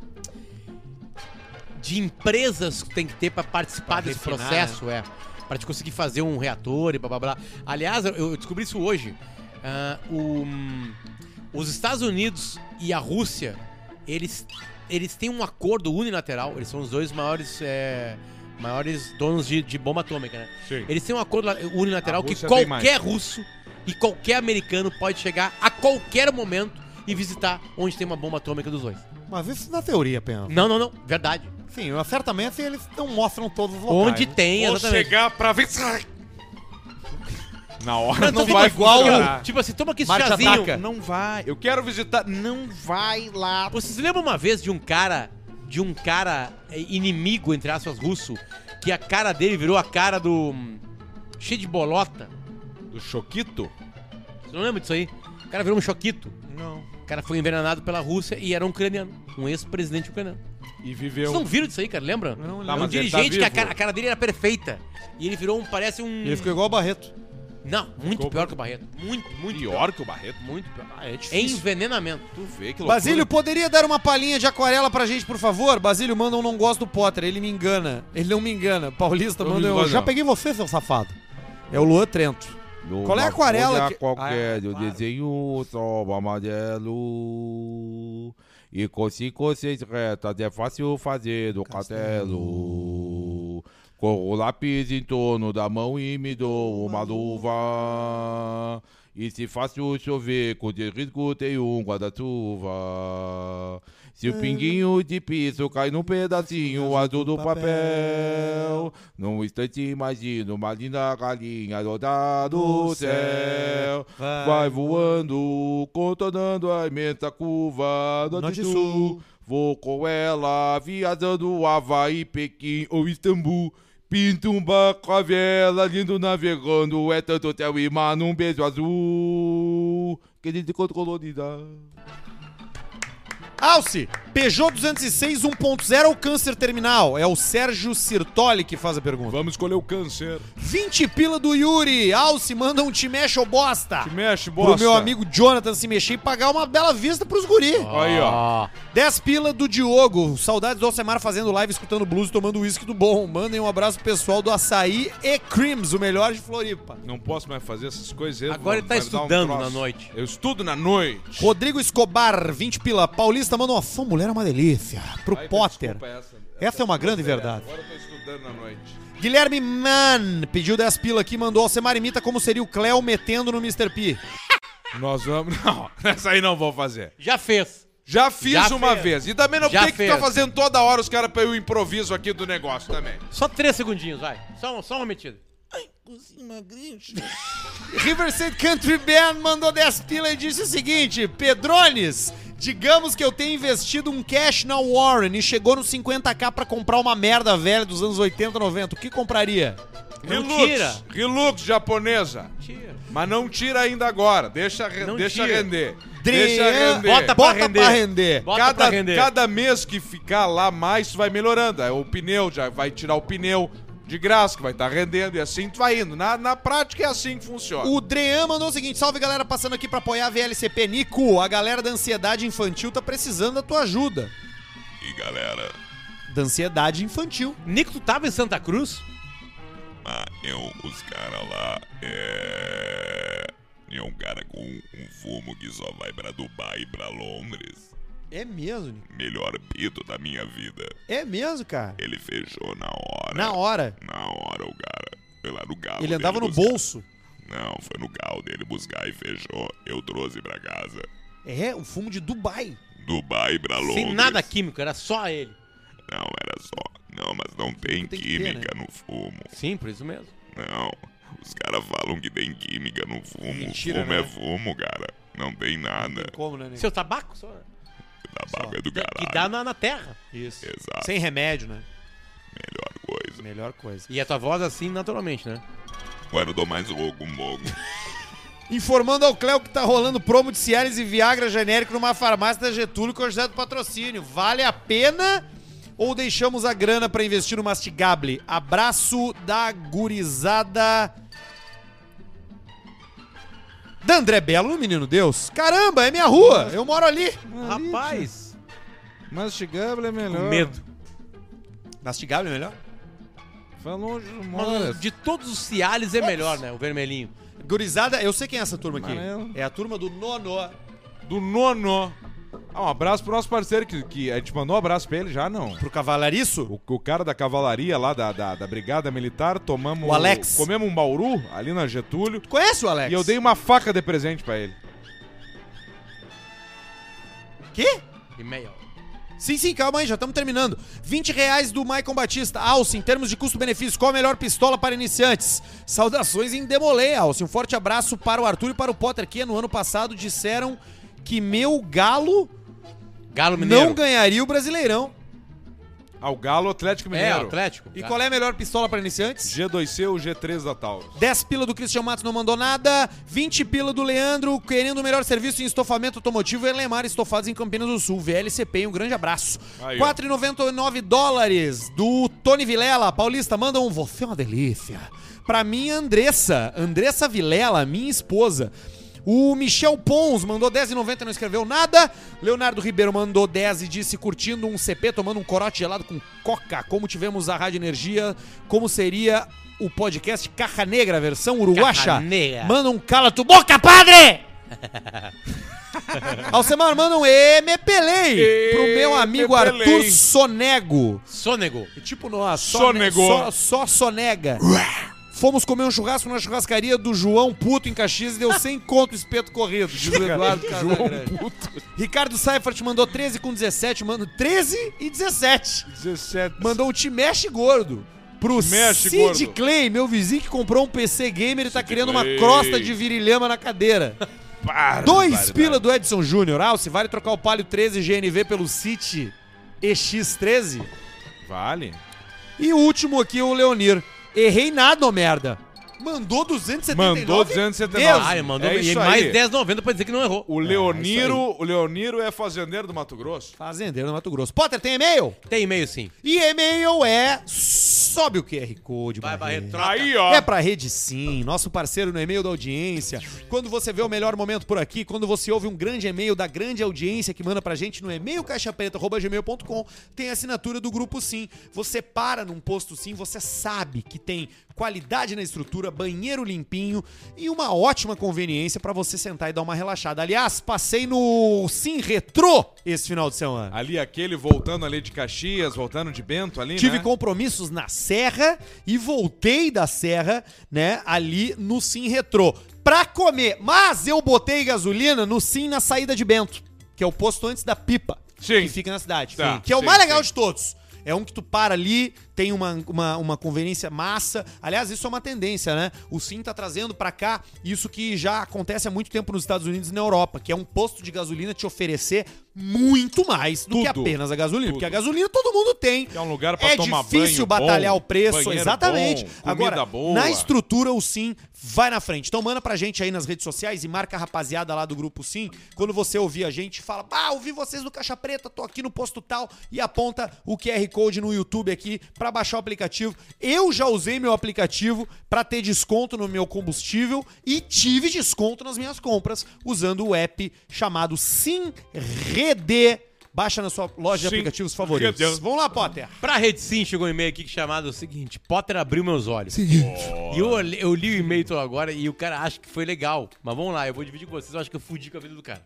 S3: de empresas que tem que ter pra participar
S1: Pra
S3: desse
S1: refinar, né?
S3: processo, é. Pra te conseguir fazer um reator e blá blá blá. Aliás, eu, eu descobri isso hoje. Ah, o, hum, os Estados Unidos e a Rússia, eles, eles têm um acordo unilateral, eles são os dois maiores. é, maiores donos de, de bomba atômica, né?
S4: Sim.
S3: Eles têm um acordo la- unilateral
S4: A
S3: que
S4: Rússia tem mais.
S3: qualquer russo e qualquer americano pode chegar a qualquer momento e visitar onde tem uma bomba atômica dos dois.
S1: Mas isso na teoria, apenas.
S3: Não, não, não. Verdade.
S1: Sim, certamente eles não mostram todos os locais.
S3: Onde
S1: né?
S3: tem,
S2: Vou
S3: exatamente.
S2: chegar pra ver. Ai,
S4: Na hora
S3: Não,
S4: não
S3: tu
S4: vai
S3: fica igual.
S4: funcionar.
S3: Tipo assim, toma aqui esse
S1: Marte
S3: chazinho.
S1: ataca.
S4: Não vai. Eu quero visitar. Não vai lá.
S3: Vocês lembram uma vez de um cara, de um cara eh, inimigo, entre aspas, russo, que a cara dele virou a cara do. hum, cheio de bolota?
S4: Do Choquito?
S3: Você não lembra disso aí? O cara virou um choquito.
S4: Não.
S3: O cara foi envenenado pela Rússia e era um ucraniano. Um ex-presidente ucraniano.
S4: E
S3: Vocês
S4: viveu.
S3: não viram disso aí, cara? Lembra?
S4: Não,
S3: Era um
S4: mas ele tá
S3: dirigente que a
S4: vivo.
S3: cara, a cara dele era perfeita. E ele virou um, parece um...
S1: E Ele ficou igual o Barreto.
S3: Não, muito
S4: Ficou-
S3: pior que o Barreto. Muito, muito pior.
S4: Pior que o Barreto.
S3: Muito pior.
S1: Ah, é
S3: Envenenamento.
S4: Tu vê que loucura.
S1: Basílio, poderia dar uma palhinha de aquarela pra gente, por favor? Basílio, manda um não gosto do Potter, ele me engana. Ele não me engana. Paulista,
S4: Eu
S1: manda
S4: não
S1: eu.
S4: gosto,
S1: Já
S4: não.
S1: peguei você, seu safado. É o Luan Trento.
S4: Do
S1: Qual é a
S4: uma
S1: aquarela
S4: folha
S1: que-
S4: qualquer,
S1: Ah,
S4: do
S1: claro.
S4: desenho sob amarelo. E com cinco seis retas é fácil fazer o castelo. Corro o lápis em torno da mão e me dou uma luva. E se fácil chover, com de risco tem um guarda-chuva. Se o pinguinho de piso cai num pedacinho azul Ah. do papel, num instante imagino uma linda galinha rodar do céu. Vai voando, contornando a imensa curva norte
S1: Norte
S4: e
S1: e
S4: sul. Vou com ela, viajando Havaí, Pequim ou Istambul. Pinto um barco à vela, lindo navegando, é tanto céu e mar num beijo azul. Querido encontro colorida.
S1: Alce, Peugeot 206 1.0 ou um câncer terminal? É o Sérgio Sirtoli que faz a pergunta.
S4: Vamos escolher o câncer.
S1: 20 pila do Yuri. Alce, manda um te mexe ou bosta.
S4: Te mexe, bosta. Ah.
S1: Pro meu amigo Jonathan se mexer e pagar uma bela vista pros guri.
S4: Aí, ó.
S3: Ah.
S1: 10 pila do Diogo. Saudades do Alcemar fazendo live, escutando blues e tomando uísque do bom. Mandem um abraço pro pessoal do Açaí e Creams, o melhor de Floripa.
S4: Não posso mais fazer essas coisas.
S3: Agora ele tá
S4: vai me dar um
S3: estudando
S4: troço.
S3: na noite.
S4: Eu estudo na noite.
S1: Rodrigo Escobar, 20 pila. Paulista manda uma fã, mulher é uma delícia. Pro
S4: Ai,
S1: Potter.
S4: desculpa Essa,
S1: Essa é uma grande verdade.
S4: Agora eu tô estudando na noite.
S1: Guilherme Mann pediu 10 pila aqui, mandou Alcemar imita como seria o Cléo metendo no Mr. P.
S4: Nós vamos. Não, essa aí não vou fazer.
S3: Já fez.
S4: Já fiz
S3: Já
S4: uma
S3: fez.
S4: vez. E também não
S3: Já
S4: tem que tá
S3: fez.
S4: fazendo toda hora os caras pra eu improviso aqui do negócio também.
S3: Só três segundinhos, vai. Só, um- só uma metida.
S1: Riverside Country Band mandou 10 pila e disse o seguinte: Pedrones, digamos que eu tenha investido um cash na Warren e chegou nos 50k pra comprar uma merda velha dos anos 80, 90. O que compraria?
S3: Não
S4: Hilux,
S3: tira.
S4: Hilux japonesa.
S3: Tira.
S4: Mas não tira ainda agora. Deixa, re-
S3: Não
S4: deixa
S3: tira.
S4: render. Deixa render.
S3: Bota pra render.
S1: render.
S3: Bota
S4: cada,
S3: pra render.
S4: cada mês que ficar lá mais, tu vai melhorando. Aí O pneu já vai tirar o pneu de graça, que vai estar rendendo, e assim tu vai indo. Na, na prática é assim que funciona.
S1: O Drean mandou o seguinte: salve galera, passando aqui pra apoiar a VLCP. Nico, a galera da ansiedade infantil tá precisando da tua ajuda.
S2: E galera,
S1: Da ansiedade infantil.
S3: Nico, tu tava em Santa Cruz?
S2: ah, eu, os caras lá, é... É um cara com um fumo que só vai pra Dubai e pra Londres.
S1: É mesmo, Nico.
S2: Melhor pito da minha vida.
S1: É mesmo, cara.
S2: Ele fechou na hora.
S1: Na hora.
S2: Na hora, o cara. Foi lá no galo
S1: Ele andava
S2: dele
S1: no
S2: buscar.
S1: bolso.
S2: Não, foi no galo dele buscar e fechou. Eu trouxe pra casa.
S1: É, o fumo de Dubai.
S2: Dubai pra Londres.
S3: Sem nada químico, era só ele.
S2: Não, era só. Não, mas não tem,
S1: Tem que ter, né?
S2: química no fumo.
S3: Sim, por isso mesmo.
S2: Não. Os caras falam que tem química no fumo.
S1: Mentira,
S2: fumo
S1: né?
S2: é fumo, cara. Não tem nada.
S1: Como, né, Nico?
S3: Seu tabaco só.
S2: Tabaco é do caralho.
S3: Que dá na, na terra.
S1: Isso.
S2: Exato.
S1: Sem remédio, né?
S2: Melhor coisa.
S1: Melhor coisa.
S3: E a tua voz assim, naturalmente, né?
S2: Agora eu dou mais um louco, mogo.
S1: Informando ao Cléo que tá rolando promo de Cialis e Viagra genérico numa farmácia da Getúlio com a José do Patrocínio. Vale a pena ou deixamos a grana pra investir no Mastigable? Abraço da gurizada... Da André Belo, no Menino Deus. Caramba, é minha rua. Eu moro ali.
S3: Rapaz,
S4: Mas chegava é melhor.
S3: com medo.
S1: Mastigable é melhor?
S4: Vai longe do
S3: Mas de todos os Cialis é melhor, né? O vermelhinho.
S1: Gurizada, eu sei quem é essa turma aqui.
S4: Amarelo.
S1: É a turma do Nono.
S4: Do nono. Ah, um abraço pro nosso parceiro, que, que a gente mandou um abraço pra ele já, não.
S1: Pro Cavalariço?
S4: O, o cara da cavalaria lá, da, da, da Brigada Militar, tomamos...
S1: O Alex.
S4: Comemos um bauru ali na Getúlio.
S1: Conhece o Alex?
S4: E eu dei uma faca de presente pra ele.
S1: Quê?
S3: E meia. hora.
S1: Sim, sim, calma aí, já estamos terminando. 20 reais do Maicon Batista. Alce, em termos de custo-benefício, qual a melhor pistola para iniciantes? Saudações em Demolê, Alce. Um forte abraço para o Arthur e para o Potter, que no ano passado disseram que meu galo
S3: Galo Mineiro.
S1: não ganharia o Brasileirão.
S4: Ao Galo Atlético
S3: É,
S4: Mineiro.
S3: Atlético.
S1: E qual é a melhor pistola para iniciantes?
S4: G2C ou G3 da Taurus.
S1: 10 pila do Christian Matos não mandou nada. 20 pila do Leandro, querendo o melhor serviço em estofamento automotivo. Elemar Estofados em Campinas do Sul. VLCP, um grande abraço.
S4: Aí, ó.
S1: 4,99 dólares do Tony Vilela. Paulista, manda um. Você é uma delícia. Pra mim, Andressa. Andressa Vilela, minha esposa. O Michel Pons mandou 10,90 e não escreveu nada. Leonardo Ribeiro mandou 10 e disse curtindo um CP, tomando um corote gelado com coca. Como tivemos a Rádio Energia, como seria o podcast Carra Negra, versão uruguacha?
S3: Carra Negra.
S1: Manda um cala tu boca, padre! Alcemar, manda um MPLEI pro meu amigo
S4: MPLEI.
S1: Arthur Sonego.
S3: Sônego.
S1: É Tipo nós, só,
S4: Sonego.
S1: só, só sonega. Fomos comer um churrasco na churrascaria do João Puto em Caxias e deu 100 conto espeto corrido, diz o Eduardo Casagrande. Ricardo Seifert mandou 13 com 17, mano, 13 e 17.
S4: 17.
S1: Mandou o Te Mexe Gordo. Pro
S4: Mexe
S1: Cid
S4: Gordo.
S1: Clay, meu vizinho que comprou um PC gamer e tá criando
S4: Clay.
S1: uma crosta de virilhama na cadeira. Dois pila do Edson Júnior. Ah, se vale trocar o Palio 13 GNV pelo City EX13?
S4: Vale.
S1: E o último aqui, o Leonir. Errei nada, ô merda. Mandou 279.
S4: Mandou 279.
S1: Mesmo.
S3: Ah, ele mandou
S4: É
S3: e
S4: isso
S3: mais
S4: aí.
S3: 10,90 pra dizer que não errou.
S1: É,
S4: O Leoniro, o Leoniro é fazendeiro do Mato Grosso.
S1: Fazendeiro do Mato Grosso. Potter, tem e-mail?
S3: Tem e-mail sim.
S1: E e-mail é... Sobe o QR Code,
S3: Vai, vai,
S1: Barreto.
S3: troca.
S4: Aí, ó.
S1: É pra rede sim, nosso parceiro no e-mail da audiência. Quando você vê o melhor momento por aqui, quando você ouve um grande e-mail da grande audiência que manda pra gente no e-mail caixapreta.gmail.com, tem a assinatura do grupo sim. Você para num posto sim, você sabe que tem qualidade na estrutura, banheiro limpinho e uma ótima conveniência pra você sentar e dar uma relaxada. Aliás, passei no Sim Retrô esse final de semana.
S4: Ali aquele voltando ali de Caxias, voltando de Bento ali,
S1: Tive
S4: né?
S1: compromissos na Serra e voltei da Serra, né, ali no Sim Retrô. Pra comer, mas eu botei gasolina no Sim na saída de Bento, que é o posto antes da Pipa,
S4: Sim.
S1: que fica na cidade.
S4: Tá,
S1: Que é o
S4: sim,
S1: mais legal
S4: sim.
S1: de todos. É um que tu para ali, tem uma, uma, uma conveniência massa. Aliás, isso é uma tendência, né? O Sim tá trazendo pra cá isso que já acontece há muito tempo nos Estados Unidos e na Europa, que é um posto de gasolina te oferecer muito mais do que
S4: Tudo.
S1: apenas a gasolina. Porque
S4: Tudo.
S1: a gasolina todo mundo tem
S4: É um lugar pra
S1: é
S4: tomar banho
S1: difícil
S4: bom,
S1: batalhar o preço,
S4: banheiro
S1: exatamente.
S4: bom, comida
S1: Agora,
S4: boa.
S1: na estrutura, o Sim vai na frente. Então manda pra gente aí nas redes sociais e marca a rapaziada lá do grupo Sim. Quando você ouvir a gente, fala, ah, ouvi vocês no Caixa Preta, tô aqui no posto tal, e aponta o QR Code no YouTube aqui pra baixar o aplicativo. Eu já usei meu aplicativo pra ter desconto no meu combustível e tive desconto nas minhas compras usando o app chamado Sim Rede. Baixa na sua loja de
S4: Sim
S1: aplicativos favoritos.
S4: Rede.
S1: Vamos lá, Potter.
S3: Pra Rede Sim chegou um e-mail aqui que chamado o seguinte: Potter abriu meus olhos. E eu, olhei- eu li o e-mail todo agora e o cara acha que foi legal. Mas vamos lá, eu vou dividir com vocês. Eu acho que eu fudi com a vida do cara.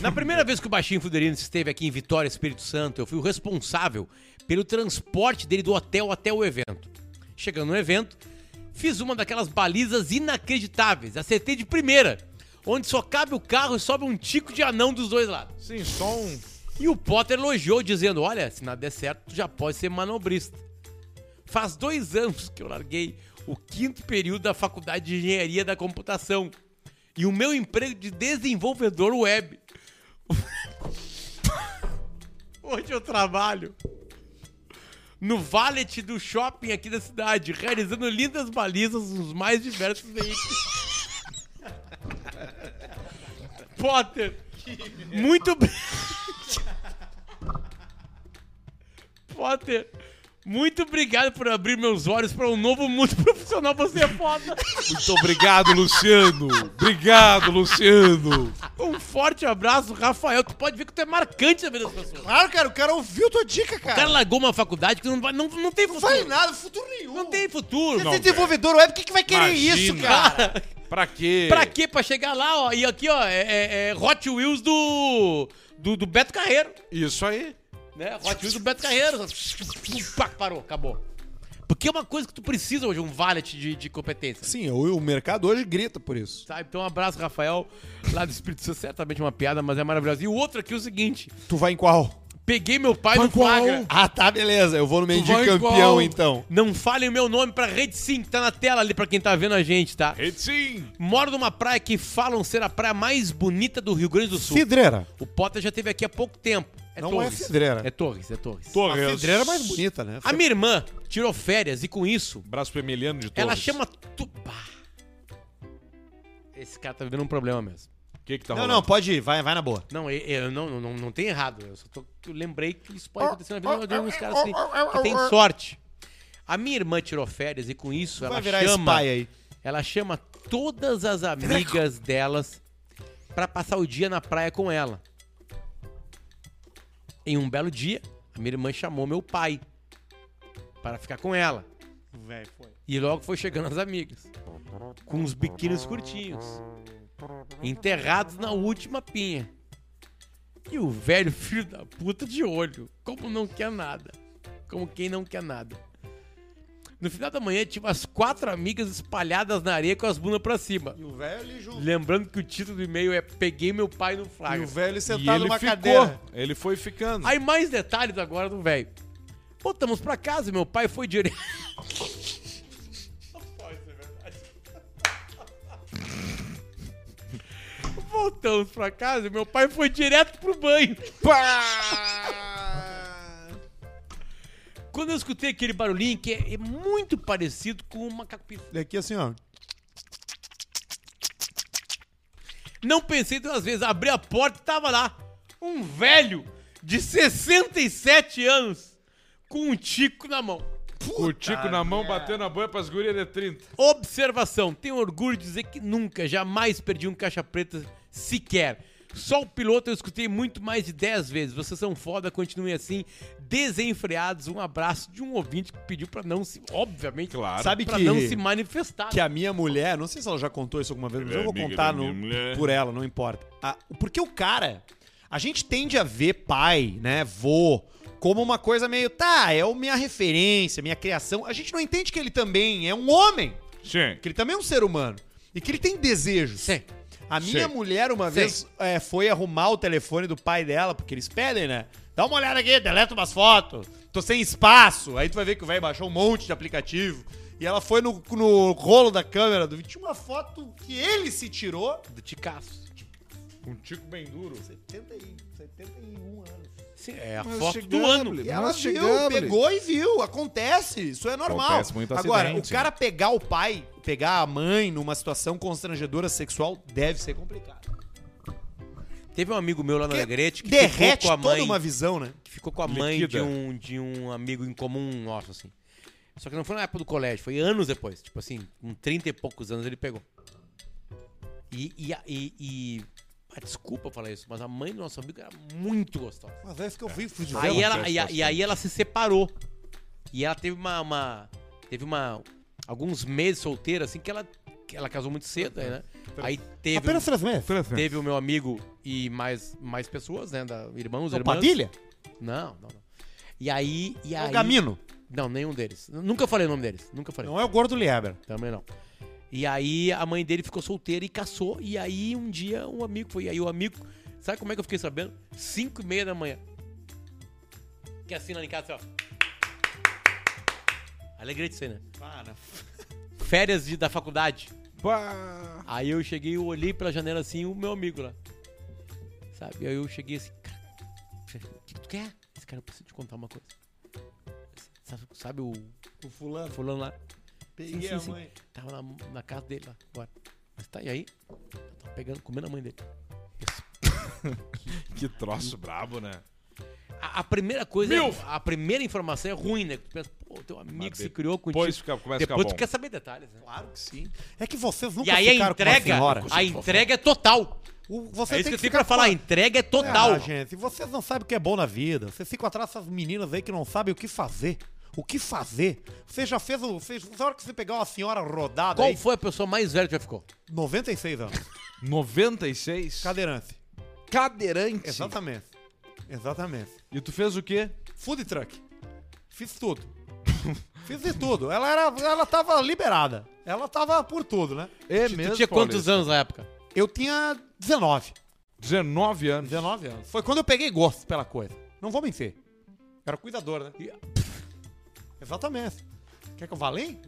S3: Na primeira vez que o Baixinho Fuderino esteve aqui em Vitória, Espírito Santo, eu fui o responsável pelo transporte dele do hotel até o evento. Chegando no evento, fiz uma daquelas balizas inacreditáveis. Acertei de primeira, onde só cabe o carro e sobe um tico de anão dos dois lados.
S4: Sim, só um.
S3: E o Potter elogiou, dizendo: Olha, se nada der certo, tu já pode ser manobrista. Faz dois anos que eu larguei o quinto período da faculdade de engenharia da computação e o meu emprego de desenvolvedor web. Hoje eu trabalho no valet do shopping aqui da cidade, realizando lindas balizas nos mais diversos veículos. Potter, muito bem. Potter, muito obrigado por abrir meus olhos para um novo mundo profissional. Você é foda.
S4: Muito obrigado, Luciano. Obrigado, Luciano.
S3: Um forte abraço, Rafael. Tu pode ver que tu é marcante na vida das pessoas. O
S1: Claro, cara, o cara ouviu tua dica, cara.
S3: cara largou uma faculdade que não, vai, não, não tem futuro.
S1: Não vale nada, futuro nenhum.
S3: Não tem futuro.
S1: Você é desenvolvedor web, o que, que vai querer
S4: Imagina.
S1: isso, cara?
S4: Pra quê?
S3: Pra quê? Pra chegar lá, ó. E aqui, ó, é, é- é Hot Wheels do, do, do Beto Carreiro.
S4: Isso aí.
S3: Né? Hot Wheels do Beto Carreiro. Pá, Parou, acabou. Porque é uma coisa que tu precisa hoje, um valet de, de competência.
S1: Sim, o, o mercado hoje grita por isso.
S3: Tá, então um abraço, Rafael, lá do Espírito Santo. Certamente uma piada, mas é maravilhosa. E o outro aqui é o seguinte:
S1: Tu vai em qual?
S3: peguei meu pai no flagra.
S1: Ah, tá, beleza. Eu vou no meio
S4: Tu
S1: de
S4: vai em
S1: campeão,
S4: qual?
S1: então.
S3: Não falem o meu nome pra Rede Sim, que tá na tela ali pra quem tá vendo a gente, tá?
S4: Rede sim.
S3: Moro numa praia que falam ser a praia mais bonita do Rio Grande do Sul.
S1: Cidreira.
S3: O Potter já teve aqui há pouco tempo.
S1: Não é cidreira.
S3: É Torres, é Torres.
S1: A
S4: Torres.
S1: cidreira é mais bonita, né?
S3: A minha irmã tirou férias e com isso,
S4: Braço pro Emiliano de Torres.
S3: ela chama Tupá. Esse cara tá vivendo um problema mesmo.
S4: O que que tá
S1: Não,
S4: rolando?
S1: não, pode ir, vai, vai na boa.
S3: Não, eu, eu não, não, não tem errado. Eu só tô, eu lembrei que isso
S1: Oh,
S3: pode acontecer na vida de alguns
S1: é,
S3: caras assim, que tem sorte. A minha irmã tirou férias e com isso
S1: Vai
S3: ela
S1: virar
S3: chama.
S1: spy aí.
S3: Ela chama todas as amigas delas pra passar o dia na praia com ela. Em um belo dia, a minha irmã chamou meu pai para ficar com ela.
S1: Velho, foi.
S3: E logo foi chegando as amigas. Com uns biquínis curtinhos. Enterrados na última pinha. E o velho filho da puta de olho. Como não quer nada. Como quem não quer nada. No final da manhã, tinha umas quatro amigas espalhadas na areia com as bundas pra cima.
S1: E o velho ali junto.
S3: Lembrando que o título do e-mail é Peguei meu pai no
S1: E
S3: flagra.
S1: o velho
S4: E
S1: sentado
S4: ele
S1: numa
S4: ficou.
S1: cadeira.
S4: Ele foi ficando.
S3: Aí mais detalhes agora do velho. Voltamos pra casa, meu pai foi direto. Voltamos pra casa, meu pai foi direto pro banho. Quando eu escutei aquele barulhinho que é é muito parecido com o macaco pi-
S1: Ele aqui assim, ó.
S3: Não pensei duas vezes, abri a porta e tava lá. Um velho de 67 anos com um tico na mão.
S4: Com o tico na mão, batendo a boia pras gurias de 30.
S3: Observação: tenho orgulho de dizer que nunca, jamais perdi um caixa preta sequer. Só o piloto eu escutei muito mais de 10 vezes. Vocês são foda, continuem assim, desenfreados. Um abraço de um ouvinte que pediu pra não se. Obviamente,
S4: Claro.
S1: Sabe
S3: pra
S1: que-
S3: não se manifestar.
S1: que a minha mulher, não sei se ela já contou isso alguma vez, mas
S2: É
S1: eu vou
S2: amiga
S1: contar
S2: da
S1: no-
S2: minha mulher.
S1: por ela, não importa. A- porque o cara, a gente tende a ver pai, né, vô, como uma coisa meio, tá, é a minha referência, minha criação. A gente não entende que ele também é um homem,
S4: Sim.
S1: que ele também é um ser humano e que ele tem desejos.
S3: Sim.
S1: A minha
S4: Sim.
S1: mulher uma
S3: Sim.
S1: vez é, foi arrumar o telefone do pai dela, porque eles pedem, né? Dá uma olhada aqui, deleta umas fotos, tô sem espaço. Aí tu vai ver que o velho baixou um monte de aplicativo. E ela foi no, no rolo da câmera, do... tinha uma foto que ele se tirou.
S3: Do ticaço.
S4: Um tico bem duro.
S1: 70 e- 71 anos.
S3: Sim, é a
S4: Mas
S3: foto do
S4: chegamos,
S3: ano.
S4: Lima.
S1: E ela
S4: Nós
S1: viu,
S4: chegamos.
S1: pegou e viu. Acontece, isso é normal.
S4: Acontece muito
S1: Agora,
S4: acidente, né?
S1: o cara pegar o pai, pegar a mãe numa situação constrangedora sexual deve ser complicado.
S3: Teve um amigo meu lá na
S1: Porque
S3: Alegrete que
S1: Derrete
S3: ficou com a mãe.
S1: toda uma visão, né?
S3: que ficou com a mãe de
S4: Liquida.
S3: um, de um amigo em comum nosso, assim. Só que não foi na época do colégio, foi anos depois. Tipo assim, com 30 e poucos anos ele pegou. E. e, a- e, e- ah, desculpa falar isso, mas a mãe do nosso amigo era muito gostosa.
S1: Mas é que eu vi fuzil.
S3: Aí ela,
S4: festa
S3: e, a-
S4: bastante.
S3: e
S1: assim.
S3: aí ela se separou. E ela teve uma. uma- teve uma. Alguns meses solteira, assim, que ela. que ela casou muito cedo, né? Aí teve.
S1: Então, Apenas três meses.
S3: o, teve o meu amigo e mais, mais pessoas, né? Da, irmãos,
S1: Não,
S3: irmãs.
S1: Padilha?
S3: Não, não, não. E aí. E
S1: É
S3: aí
S1: o Gamino.
S3: Não, nenhum deles. N- Nunca falei o nome deles. Nunca falei.
S1: Não é o Gordo Lieber.
S3: Também não. E aí a mãe dele ficou solteira e caçou. E aí um dia um amigo foi. E aí o amigo. Sabe como é que eu fiquei sabendo? Cinco e meia da manhã. Que assim lá em casa, assim, ó. Alegria de ser, né?
S1: Para.
S3: Férias de- da faculdade.
S4: Pá.
S3: Aí eu cheguei, eu olhei pela janela assim, o meu amigo lá. Sabe? Aí eu cheguei assim, cara, o que tu quer? Esse cara, eu preciso te contar uma coisa. Sabe, sabe o
S1: O fulano.
S3: fulano lá?
S1: Peguei
S3: Sim, sim, sim.
S1: a mãe.
S3: Tava na, na casa dele lá, agora. Mas tá, e aí? Eu tava pegando, comendo a mãe dele.
S4: Que troço brabo, né?
S3: A, a primeira coisa, é-
S4: Meu!
S3: a primeira informação é ruim, né? Tu pensa, pô, teu amigo
S4: Mas
S3: se criou contigo.
S4: Depois fica, começa a ficar
S3: Depois
S4: bom.
S3: tu quer saber detalhes, né?
S1: Claro que sim. É que vocês nunca
S3: E aí a
S1: ficaram com
S3: entrega,
S1: a senhora.
S3: a entrega é total.
S1: O- Você
S3: é isso que eu tenho
S1: ficar
S3: pra falar, a
S1: com a-
S3: entrega é total.
S1: Ah, gente, vocês não sabem o que é bom na vida. Vocês ficam atrás dessas meninas aí que não sabem o que fazer. O que fazer? Você já fez o... Você, na hora que você pegar uma senhora rodada
S3: Qual
S1: aí,
S3: foi a pessoa mais velha que já ficou?
S1: 96 anos,
S4: 96?
S1: cadeirante.
S4: Cadeirante.
S1: Exatamente. Exatamente.
S4: E tu fez o quê?
S1: Food truck. Fiz tudo. Fiz de tudo. Ela, era, ela tava liberada. Ela tava por tudo, né?
S4: É
S3: Tu tinha quantos anos na época?
S1: Eu tinha 19.
S4: 19 anos.
S1: 19 anos. Foi quando eu peguei gosto pela coisa. Não vou mentir. Era cuidador, né?
S3: E-
S1: Exatamente. Quer que eu vá além?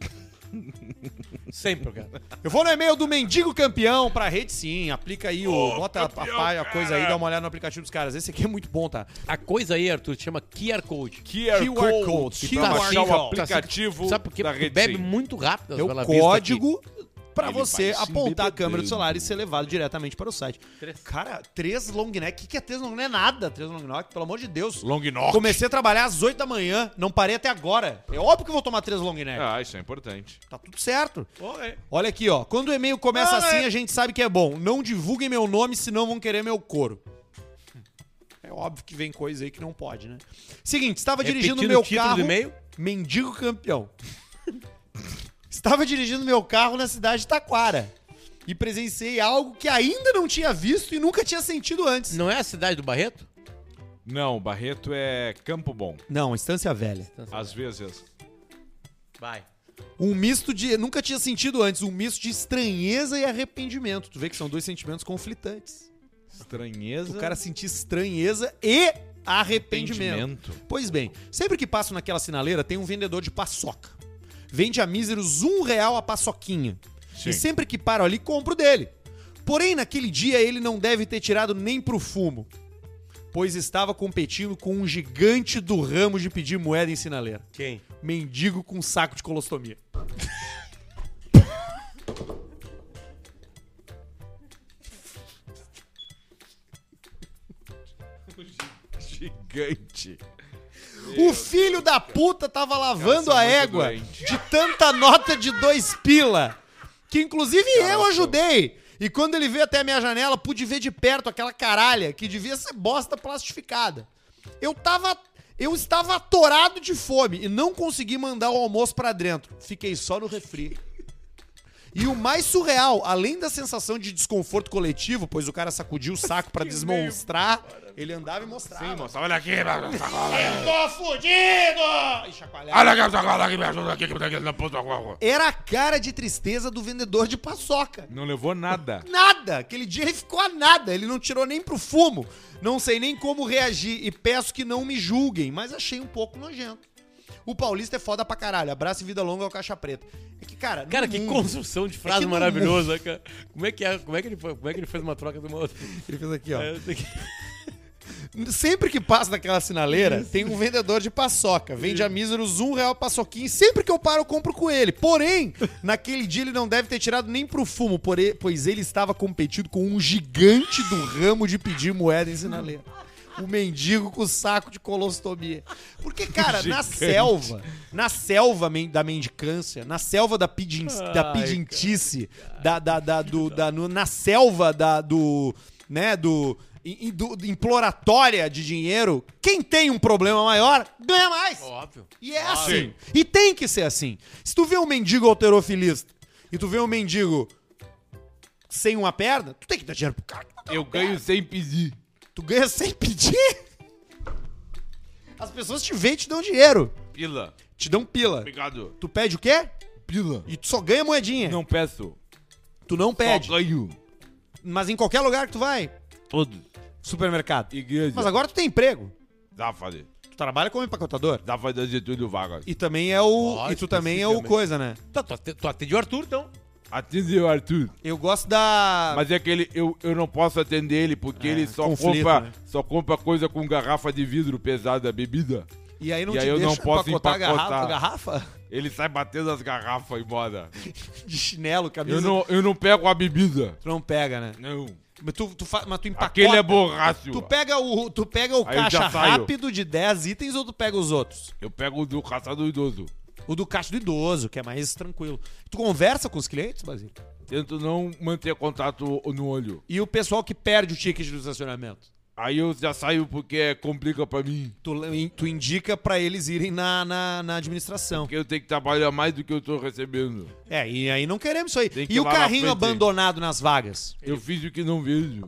S3: Sempre, cara.
S1: Eu vou no e-mail do Mendigo Campeão pra rede sim. Aplica aí o.
S2: Ô,
S1: bota a-
S2: campeão,
S1: a, pá- a coisa aí,
S2: cara.
S1: dá uma olhada no aplicativo dos caras. Esse aqui é muito bom, tá?
S3: A coisa aí, Arthur, chama QR Code.
S4: QR,
S1: Code.
S4: Code.
S1: Que
S4: Pra
S1: tá
S4: baixar
S1: assim,
S4: o
S1: ó.
S4: aplicativo
S3: Sabe por quê?
S4: da
S3: Porque
S4: rede
S3: bebe
S4: Sim.
S3: muito rápido as
S1: É o
S3: Bela Vista aqui.
S1: código pra
S4: Ele
S1: você
S4: vai se
S1: apontar a
S4: embebedando.
S1: câmera do celular e ser levado diretamente para o site. Cara, três long neck. O que, que é três long neck? Não é nada três long neck, pelo amor de Deus.
S4: Long knock.
S1: Comecei a trabalhar às 8 da manhã, não parei até agora. É óbvio que eu vou tomar três long neck.
S4: Ah, isso é importante.
S1: Tá tudo certo.
S3: Pô, é-
S1: Olha aqui, ó. Quando o e-mail começa
S3: Ah,
S1: assim,
S3: é.
S1: a gente sabe que é bom. Não divulguem meu nome, senão vão querer meu couro. É óbvio que vem coisa aí que não pode, né? Seguinte, estava dirigindo
S3: Repetindo
S1: meu
S3: o título
S1: carro.
S3: do e-mail?
S1: Mendigo campeão. estava dirigindo meu carro na cidade de Taquara. E presenciei algo que ainda não tinha visto e nunca tinha sentido antes.
S3: Não é a cidade do Barreto?
S4: Não, Barreto é Campo Bom.
S1: Não, Estância Velha.
S4: Às vezes.
S3: Vai.
S1: Um misto de. Nunca tinha sentido antes. Um misto de estranheza e arrependimento. Tu vê que são dois sentimentos conflitantes.
S4: Estranheza.
S1: O cara sentir estranheza e arrependimento.
S4: Arrependimento.
S1: Pois bem, sempre que passo naquela sinaleira, tem um vendedor de paçoca. Vende a míseros um real a paçoquinha.
S4: Sim.
S1: E sempre que paro ali, compro dele. Porém, naquele dia ele não deve ter tirado nem pro fumo, pois estava competindo com um gigante do ramo de pedir moeda em sinaleira.
S3: Quem?
S1: Mendigo com saco de colostomia.
S4: Gigante.
S1: o filho da puta tava lavando
S4: Cara,
S1: a
S4: são muito
S1: égua
S4: doente.
S1: de tanta nota de dois pila. Que inclusive eu
S4: são-
S1: ajudei. E quando ele veio até a minha janela, pude ver de perto aquela caralha que devia ser bosta plastificada. Eu tava. Eu estava atorado de fome e não consegui mandar o almoço pra dentro. Fiquei só no refri. E o mais surreal, além da sensação de desconforto coletivo, pois o cara sacudiu o saco pra desmonstrar, ele andava e mostrava.
S4: Sim, moça, olha aqui, mano.
S1: Tô fudido! E chacoalhava.
S2: Olha aqui, essa cola aqui, me ajuda aqui, que eu tô aqui na puta.
S1: Era a cara de tristeza do vendedor de paçoca.
S4: Não levou nada.
S1: Nada! Aquele dia ele ficou a nada, ele não tirou nem pro fumo. Não sei nem como reagir e peço que não me julguem, mas achei um pouco nojento. O paulista é foda pra caralho. Abraço e vida longa ao Caixa Preta. É que, cara. no
S3: Cara, que
S1: mundo-
S3: construção de frase
S1: É que no
S3: maravilhosa, cara. Como é que é? Como é que ele foi? Como é que ele fez uma troca de uma outra?
S1: Ele fez aqui, ó.
S3: É, tem que-
S1: Sempre que passa naquela sinaleira, tem um vendedor de paçoca. Vende a míseros um real paçoquinha. E sempre que eu paro, eu compro com ele. Porém, naquele dia ele não deve ter tirado nem pro fumo, pore- pois ele estava competindo com um gigante do ramo de pedir moeda em sinaleira. O mendigo com o saco de colostomia. Porque, cara, na selva, na selva men- da mendicância, na selva da, pedin, da
S3: Ai,
S1: pedintice, da, da, da- do, da, no- na selva da, do, né, do, e- e do- do imploratória de dinheiro, quem tem um problema maior ganha mais.
S3: Óbvio.
S1: E é assim. E tem que ser assim. Se tu vê um mendigo alterofilista e tu vê um mendigo sem uma perna, tu tem que dar dinheiro pro cara. que não tem
S4: Eu
S1: uma perna.
S4: ganho sem pedir.
S1: Tu ganha sem pedir. As pessoas te veem e te dão dinheiro.
S4: Pila.
S1: Te dão pila.
S4: Obrigado.
S1: Tu pede o quê?
S4: Pila.
S1: E tu só ganha moedinha.
S4: Não peço.
S1: Tu não pede.
S4: Só ganho.
S1: Mas em qualquer lugar que tu vai.
S4: Todos.
S1: Supermercado.
S4: Igreja.
S1: Mas agora tu tem emprego.
S4: Dá pra fazer.
S1: Tu trabalha como empacotador.
S4: Dá pra fazer de tudo, vaga.
S1: E também é o.
S3: Ó,
S1: e tu também é o
S3: especificamente.
S1: coisa, né?
S3: Tá, tu ate- tu atendeu o Arthur, então.
S4: Atende o Arthur.
S1: Eu gosto da.
S4: Mas é que ele, eu, eu não posso atender ele, porque ele só
S1: conflito,
S4: compra,
S1: né?
S4: só compra coisa com garrafa de vidro pesada, bebida.
S1: E aí não
S4: E
S1: te
S4: aí eu
S1: deixa
S4: não posso
S1: empacotar, a garrafa,
S4: empacotar.
S1: garrafa?
S4: Ele sai batendo as garrafas embora.
S1: De chinelo, camisa.
S4: Eu não, eu não pego a bebida.
S1: Tu não pega, né?
S4: Não.
S1: Mas tu, tu, fa- mas tu empacota.
S4: Aquele é borracho.
S1: Tá Tu pega o, tu pega o
S4: Aí eu já
S1: caixa
S4: saio.
S1: rápido de 10 itens ou tu pega os outros?
S4: Eu pego o do caçador idoso.
S1: O do caixa do idoso, que é mais tranquilo. Tu conversa com os clientes, Basílio?
S4: Tento não manter contato no olho.
S1: E o pessoal que perde o ticket do estacionamento?
S4: Aí eu já saio porque é- complica pra mim.
S1: Tu, le- tu indica pra eles irem na, na, na administração.
S4: Porque eu tenho que trabalhar mais do que eu tô recebendo.
S1: É, e aí não queremos isso aí.
S4: Tem que
S1: E
S4: ir
S1: o
S4: lá na
S1: carrinho
S4: frente.
S1: abandonado nas vagas?
S4: Eu fiz o que não vejo.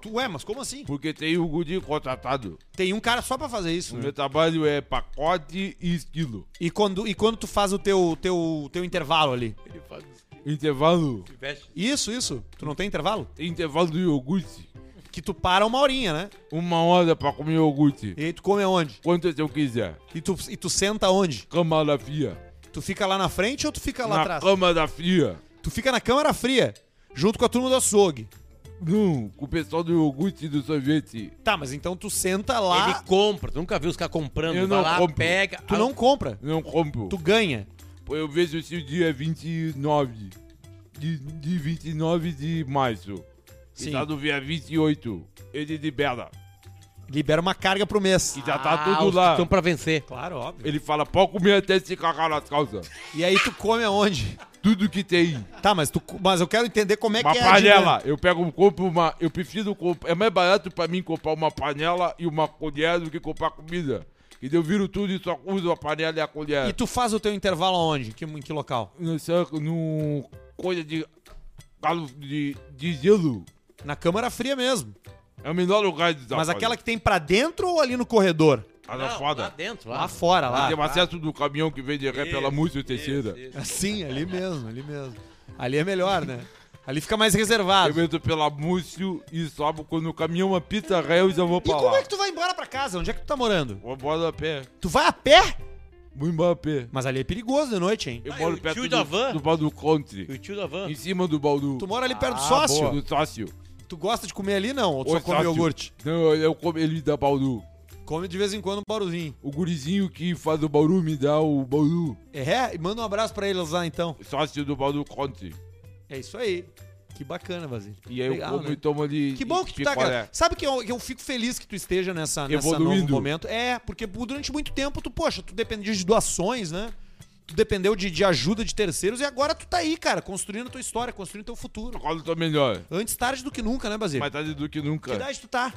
S1: Tu é, mas como assim?
S4: Porque tem o guri contratado.
S1: Tem um cara só pra fazer isso.
S4: O
S1: né?
S4: meu trabalho é pacote e estilo.
S1: E quando, e quando tu faz o teu, teu, teu intervalo ali?
S3: Ele faz isso.
S4: Intervalo.
S3: Veste.
S1: Isso, isso. Tu não tem intervalo?
S4: Intervalo do iogurte.
S1: Que tu para uma horinha, né?
S4: Uma hora pra comer iogurte.
S1: E aí tu come aonde?
S4: Quantas eu quiser.
S1: E tu, e tu senta onde?
S4: Cama da fria.
S1: Tu fica lá na frente ou tu fica lá
S4: Na
S1: atrás?
S4: cama da fria.
S1: Tu fica na câmara fria, junto com a turma do açougue.
S4: Não, com o pessoal do iogurte e do sorvete.
S1: Tá, mas então tu senta lá,
S3: Ele compra. Tu nunca viu os caras comprando.
S4: Eu
S3: vai
S4: não
S3: lá,
S4: compro.
S3: pega.
S1: tu
S3: Ah,
S1: não compra,
S4: Não compro.
S1: tu ganha.
S4: Eu vejo se o dia é 29. de, de 29 de março.
S1: Sim.
S4: E tá no dia 28. Ele libera.
S1: Libera uma carga pro mês.
S4: E já tá tudo lá.
S3: Ah, Estão pra vencer.
S1: Claro, óbvio.
S4: Ele fala, pode comer até se cagar nas calças.
S1: E aí tu come aonde?
S4: Tudo que tem.
S1: Tá, mas, tu, mas eu quero entender como é
S4: uma
S1: que é. a
S4: panela.
S1: dinâmica.
S4: Eu pego, compro uma. Eu prefiro comprar. É mais barato pra mim comprar uma panela e uma colher do que comprar comida. E eu viro tudo e só uso a panela e a colher.
S1: E tu faz o teu intervalo aonde? Que, em que local?
S4: No, saco- no coisa de. galo de, de gelo.
S1: Na câmara fria mesmo.
S4: É o melhor lugar de dar
S1: mas aquela que tem pra dentro ou ali no corredor?
S4: Ela
S3: Não,
S4: foda.
S3: Lá dentro, lá.
S1: Lá fora, lá.
S4: tem o acesso do caminhão que vem de ré pela música tecida.
S1: Sim, ali mesmo, ali mesmo. Ali é melhor, né? Ali fica mais reservado.
S4: Eu entro pela Múcio e sobo quando o caminhão apita ré, eu já vou
S1: E
S4: pra
S1: como
S4: lá.
S1: é que tu vai embora pra casa? Onde é que tu tá morando?
S4: Vou embora a pé.
S1: Tu vai a pé?
S4: Vou embora a pé.
S1: Mas ali é perigoso de noite, hein?
S4: Eu
S3: Ah, e
S4: moro
S3: o
S4: perto
S3: tio
S4: do,
S3: da van?
S4: do Baldo Country.
S3: E o tio da van.
S4: Em cima do Baldu.
S1: Tu mora ali perto do
S4: Ah,
S1: sócio?
S4: boa. Do sócio.
S1: Tu gosta de comer ali, não? Ou tu só
S4: Ô,
S1: come
S4: sócio.
S1: iogurte?
S4: Não, eu como ele da Baldu.
S1: Come de vez em quando um baruzinho.
S4: O gurizinho que faz o Bauru me dá o Baldu.
S1: É, e manda um abraço pra eles lá, então.
S4: Sócio do Baldu Country.
S1: É isso aí. Que bacana, Basílio.
S4: E aí
S1: Legal,
S4: eu como
S1: né?
S4: e tomo ali.
S1: Que bom que tu tá,
S4: picolé.
S1: cara. Sabe que eu, que eu fico feliz que tu esteja nessa, nessa novo
S4: Evoluindo.
S1: momento. É, porque durante muito tempo tu, poxa, tu dependia de doações, né? Tu dependeu de, de ajuda de terceiros e agora tu tá aí, cara, construindo tua história, construindo teu futuro.
S4: Agora eu tô melhor.
S1: Antes tarde do que nunca, né, Basílio?
S4: Mais tarde do que
S1: Que
S4: nunca.
S1: idade tu tá?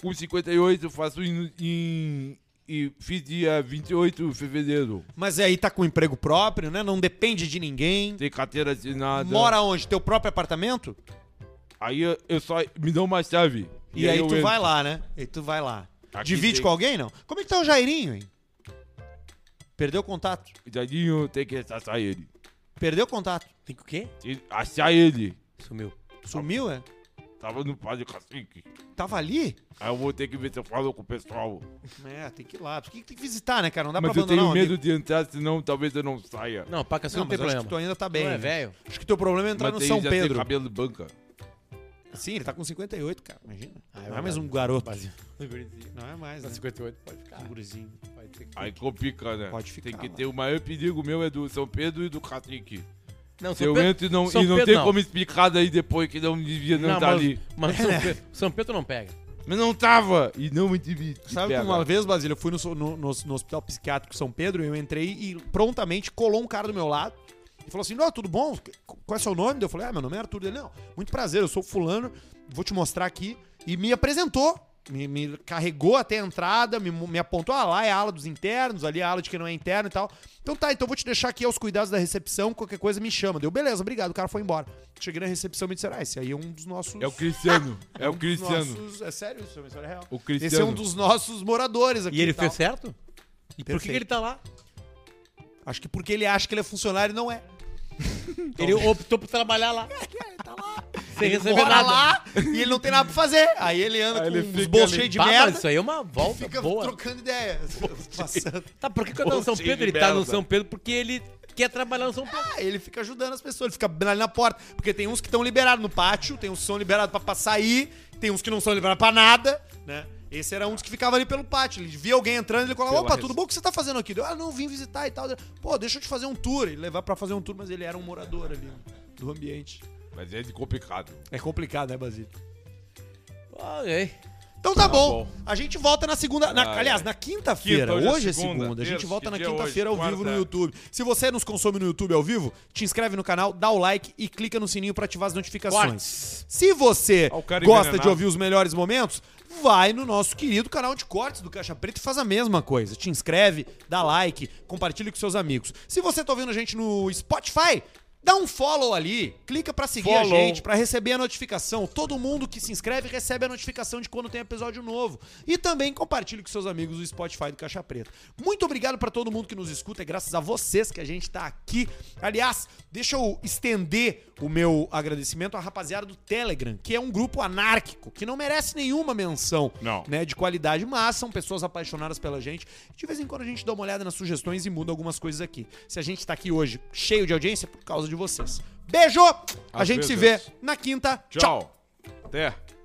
S4: Com 58 eu faço em, em, e fiz dia 28 de fevereiro.
S1: Mas aí tá com emprego próprio, né? Não depende de ninguém.
S4: Tem carteira assinada.
S1: Mora onde? Teu próprio apartamento?
S4: Aí eu, eu só me dão uma chave.
S1: E, aí,
S4: eu
S1: tu
S4: entro. Tá
S1: vai lá, né? E tu vai lá.
S4: Aqui
S1: Divide
S4: tem-
S1: com alguém, não? Como é que tá o Jairinho, hein? Perdeu o contato.
S4: Tadinho, tem que achar ele.
S1: Perdeu o contato.
S3: Tem que o quê?
S4: Tem que Achar ele.
S3: Sumiu.
S1: Sumiu, é?
S4: Tava no Padre Cacique.
S1: Tava ali?
S4: Aí eu vou ter que ver se eu falo com o pessoal.
S1: É, tem que ir lá. Porque tem que visitar, né, cara? Não dá
S4: Mas
S1: pra
S4: eu tenho
S1: abandonar alguém.
S4: medo de um entrar, senão talvez eu não saia.
S3: Não, paca, você
S1: Não,
S3: não, tem
S1: mas acho
S3: problema.
S1: que tu ainda tá bem.
S3: Não é
S1: né?
S3: velho.
S1: Acho que teu problema é entrar
S4: Mas
S1: no
S4: tem-
S1: São
S4: já tem
S1: Pedro.
S4: cabelo de banca.
S1: Sim, ele tá com 58, cara. Imagina.
S4: Ah,
S3: é
S1: não é mais
S3: verdade.
S1: um garoto.
S3: Gurizinho.
S1: Não é
S4: Tá
S1: mais, né?
S3: 58 pode ficar.
S1: Um gurizinho.
S3: Vai ter que-
S4: Aí complica, né?
S1: Pode
S4: Tem
S1: ficar,
S4: que
S1: mano.
S4: ter o maior perigo meu é do São Pedro e do Cacique.
S3: Não,
S4: Se eu
S3: Pedro-
S4: entro e não,
S3: São
S4: e não
S3: Pedro
S4: tem como explicar daí depois que não devia não,
S3: Não,
S4: tá
S3: mas,
S4: ali.
S3: mas São, Pedro, São Pedro não pega.
S4: Mas não tava! E não me devia.
S1: Sabe que uma vez, Basílio, eu fui no, so- no- no- no hospital psiquiátrico São Pedro, eu entrei e prontamente colou um cara do meu lado e falou assim: Não, tudo bom? Qual é seu nome? Daí Eu falei: Ah, meu nome é Arthur. Ele, não, muito prazer, eu sou Fulano, vou te mostrar aqui. E me apresentou, me, me carregou até a entrada, me, me apontou: Ah, lá é a ala dos internos, ali é a ala de quem não é interno e tal. Então tá, então eu vou te deixar aqui aos cuidados da recepção, qualquer coisa me chama. Deu, beleza, obrigado, o cara foi embora. Cheguei na recepção e me disseram: Ah, esse aí é um dos nossos.
S4: É o Cristiano. É o
S1: um dos
S4: Cristiano.
S1: nossos- é sério isso, é uma história real. Esse é
S4: O
S1: um
S4: Cristiano.
S1: dos nossos moradores aqui. tá?
S3: E ele
S1: tal.
S3: fez certo? E por que, que
S1: Perfeito.
S3: ele tá lá?
S1: Acho que porque ele acha que ele é funcionário e não é. Então.
S3: Ele optou por trabalhar lá. Sem
S1: tá Ele
S3: receber
S1: mora
S3: nada.
S1: lá e ele não tem nada pra fazer. Aí ele anda
S4: ele
S1: com os
S4: fica
S1: bolsos
S4: ali.
S1: cheios de
S3: Bah, mas
S1: merda
S3: Isso aí é uma volta
S1: fica
S3: boa.
S1: trocando ideia. Passando.
S3: Tá, por que que eu tô no São
S4: Bolsinha
S3: Pedro?
S4: de
S3: Ele tá no
S4: merda.
S3: São Pedro porque ele quer trabalhar no São Pedro.
S1: Ah, ele fica ajudando as pessoas, ele fica ali na porta. Porque tem uns que estão liberados no pátio, tem uns que são liberados pra, pra sair, tem uns que não são liberados pra nada, né? Esse era um dos que ficava ali pelo pátio. Ele via alguém entrando, ele colocava,
S4: Pela
S1: opa,
S4: res-
S1: tudo bom? O que você tá fazendo aqui? Deu, ah, não, vim visitar e tal. Pô, deixa eu te fazer um tour. Ele levar pra fazer um tour, mas ele era um morador ali do ambiente.
S4: Mas é de complicado.
S1: É complicado, né, Basílio?
S3: Ok.
S1: Então tá, bom.
S4: bom.
S1: A gente volta na segunda. na-
S4: Ah,
S1: aliás,
S4: é.
S1: na quinta-feira.
S4: Quinta, hoje é
S1: hoje é segunda.
S4: segunda.
S1: A gente
S4: Terça,
S1: volta
S4: que
S1: na
S4: dia é hoje?
S1: quinta-feira ao vivo no
S4: Quarta.
S1: YouTube. Se você nos consome no YouTube ao vivo, te inscreve no canal, dá o like e clica no sininho pra ativar as notificações.
S3: Cortes.
S1: Se você
S4: Ó, o cara
S1: gosta de
S4: envenenado.
S1: ouvir os melhores momentos, vai no nosso querido canal de cortes do Caixa Preta e faz a mesma coisa. Te inscreve, dá like, compartilha com seus amigos. Se você tá ouvindo a gente no Spotify, dá um follow ali, clica pra seguir a
S4: Follow.
S1: gente, pra receber a notificação. Todo mundo que se inscreve recebe a notificação de quando tem episódio novo. E também compartilhe com seus amigos o Spotify do Caixa Preta. Muito obrigado pra todo mundo que nos escuta, é graças a vocês que a gente tá aqui. Aliás, deixa eu estender o meu agradecimento à rapaziada do Telegram, que é um grupo anárquico, que não merece nenhuma menção
S4: Não.
S1: né, de qualidade, mas são pessoas apaixonadas pela gente. De vez em quando a gente dá uma olhada nas sugestões e muda algumas coisas aqui. Se a gente tá aqui hoje cheio de audiência, é por causa de vocês. Beijo! A
S4: Às
S1: gente se vê
S4: vezes.
S1: na quinta. Tchau.
S4: Tchau. Até.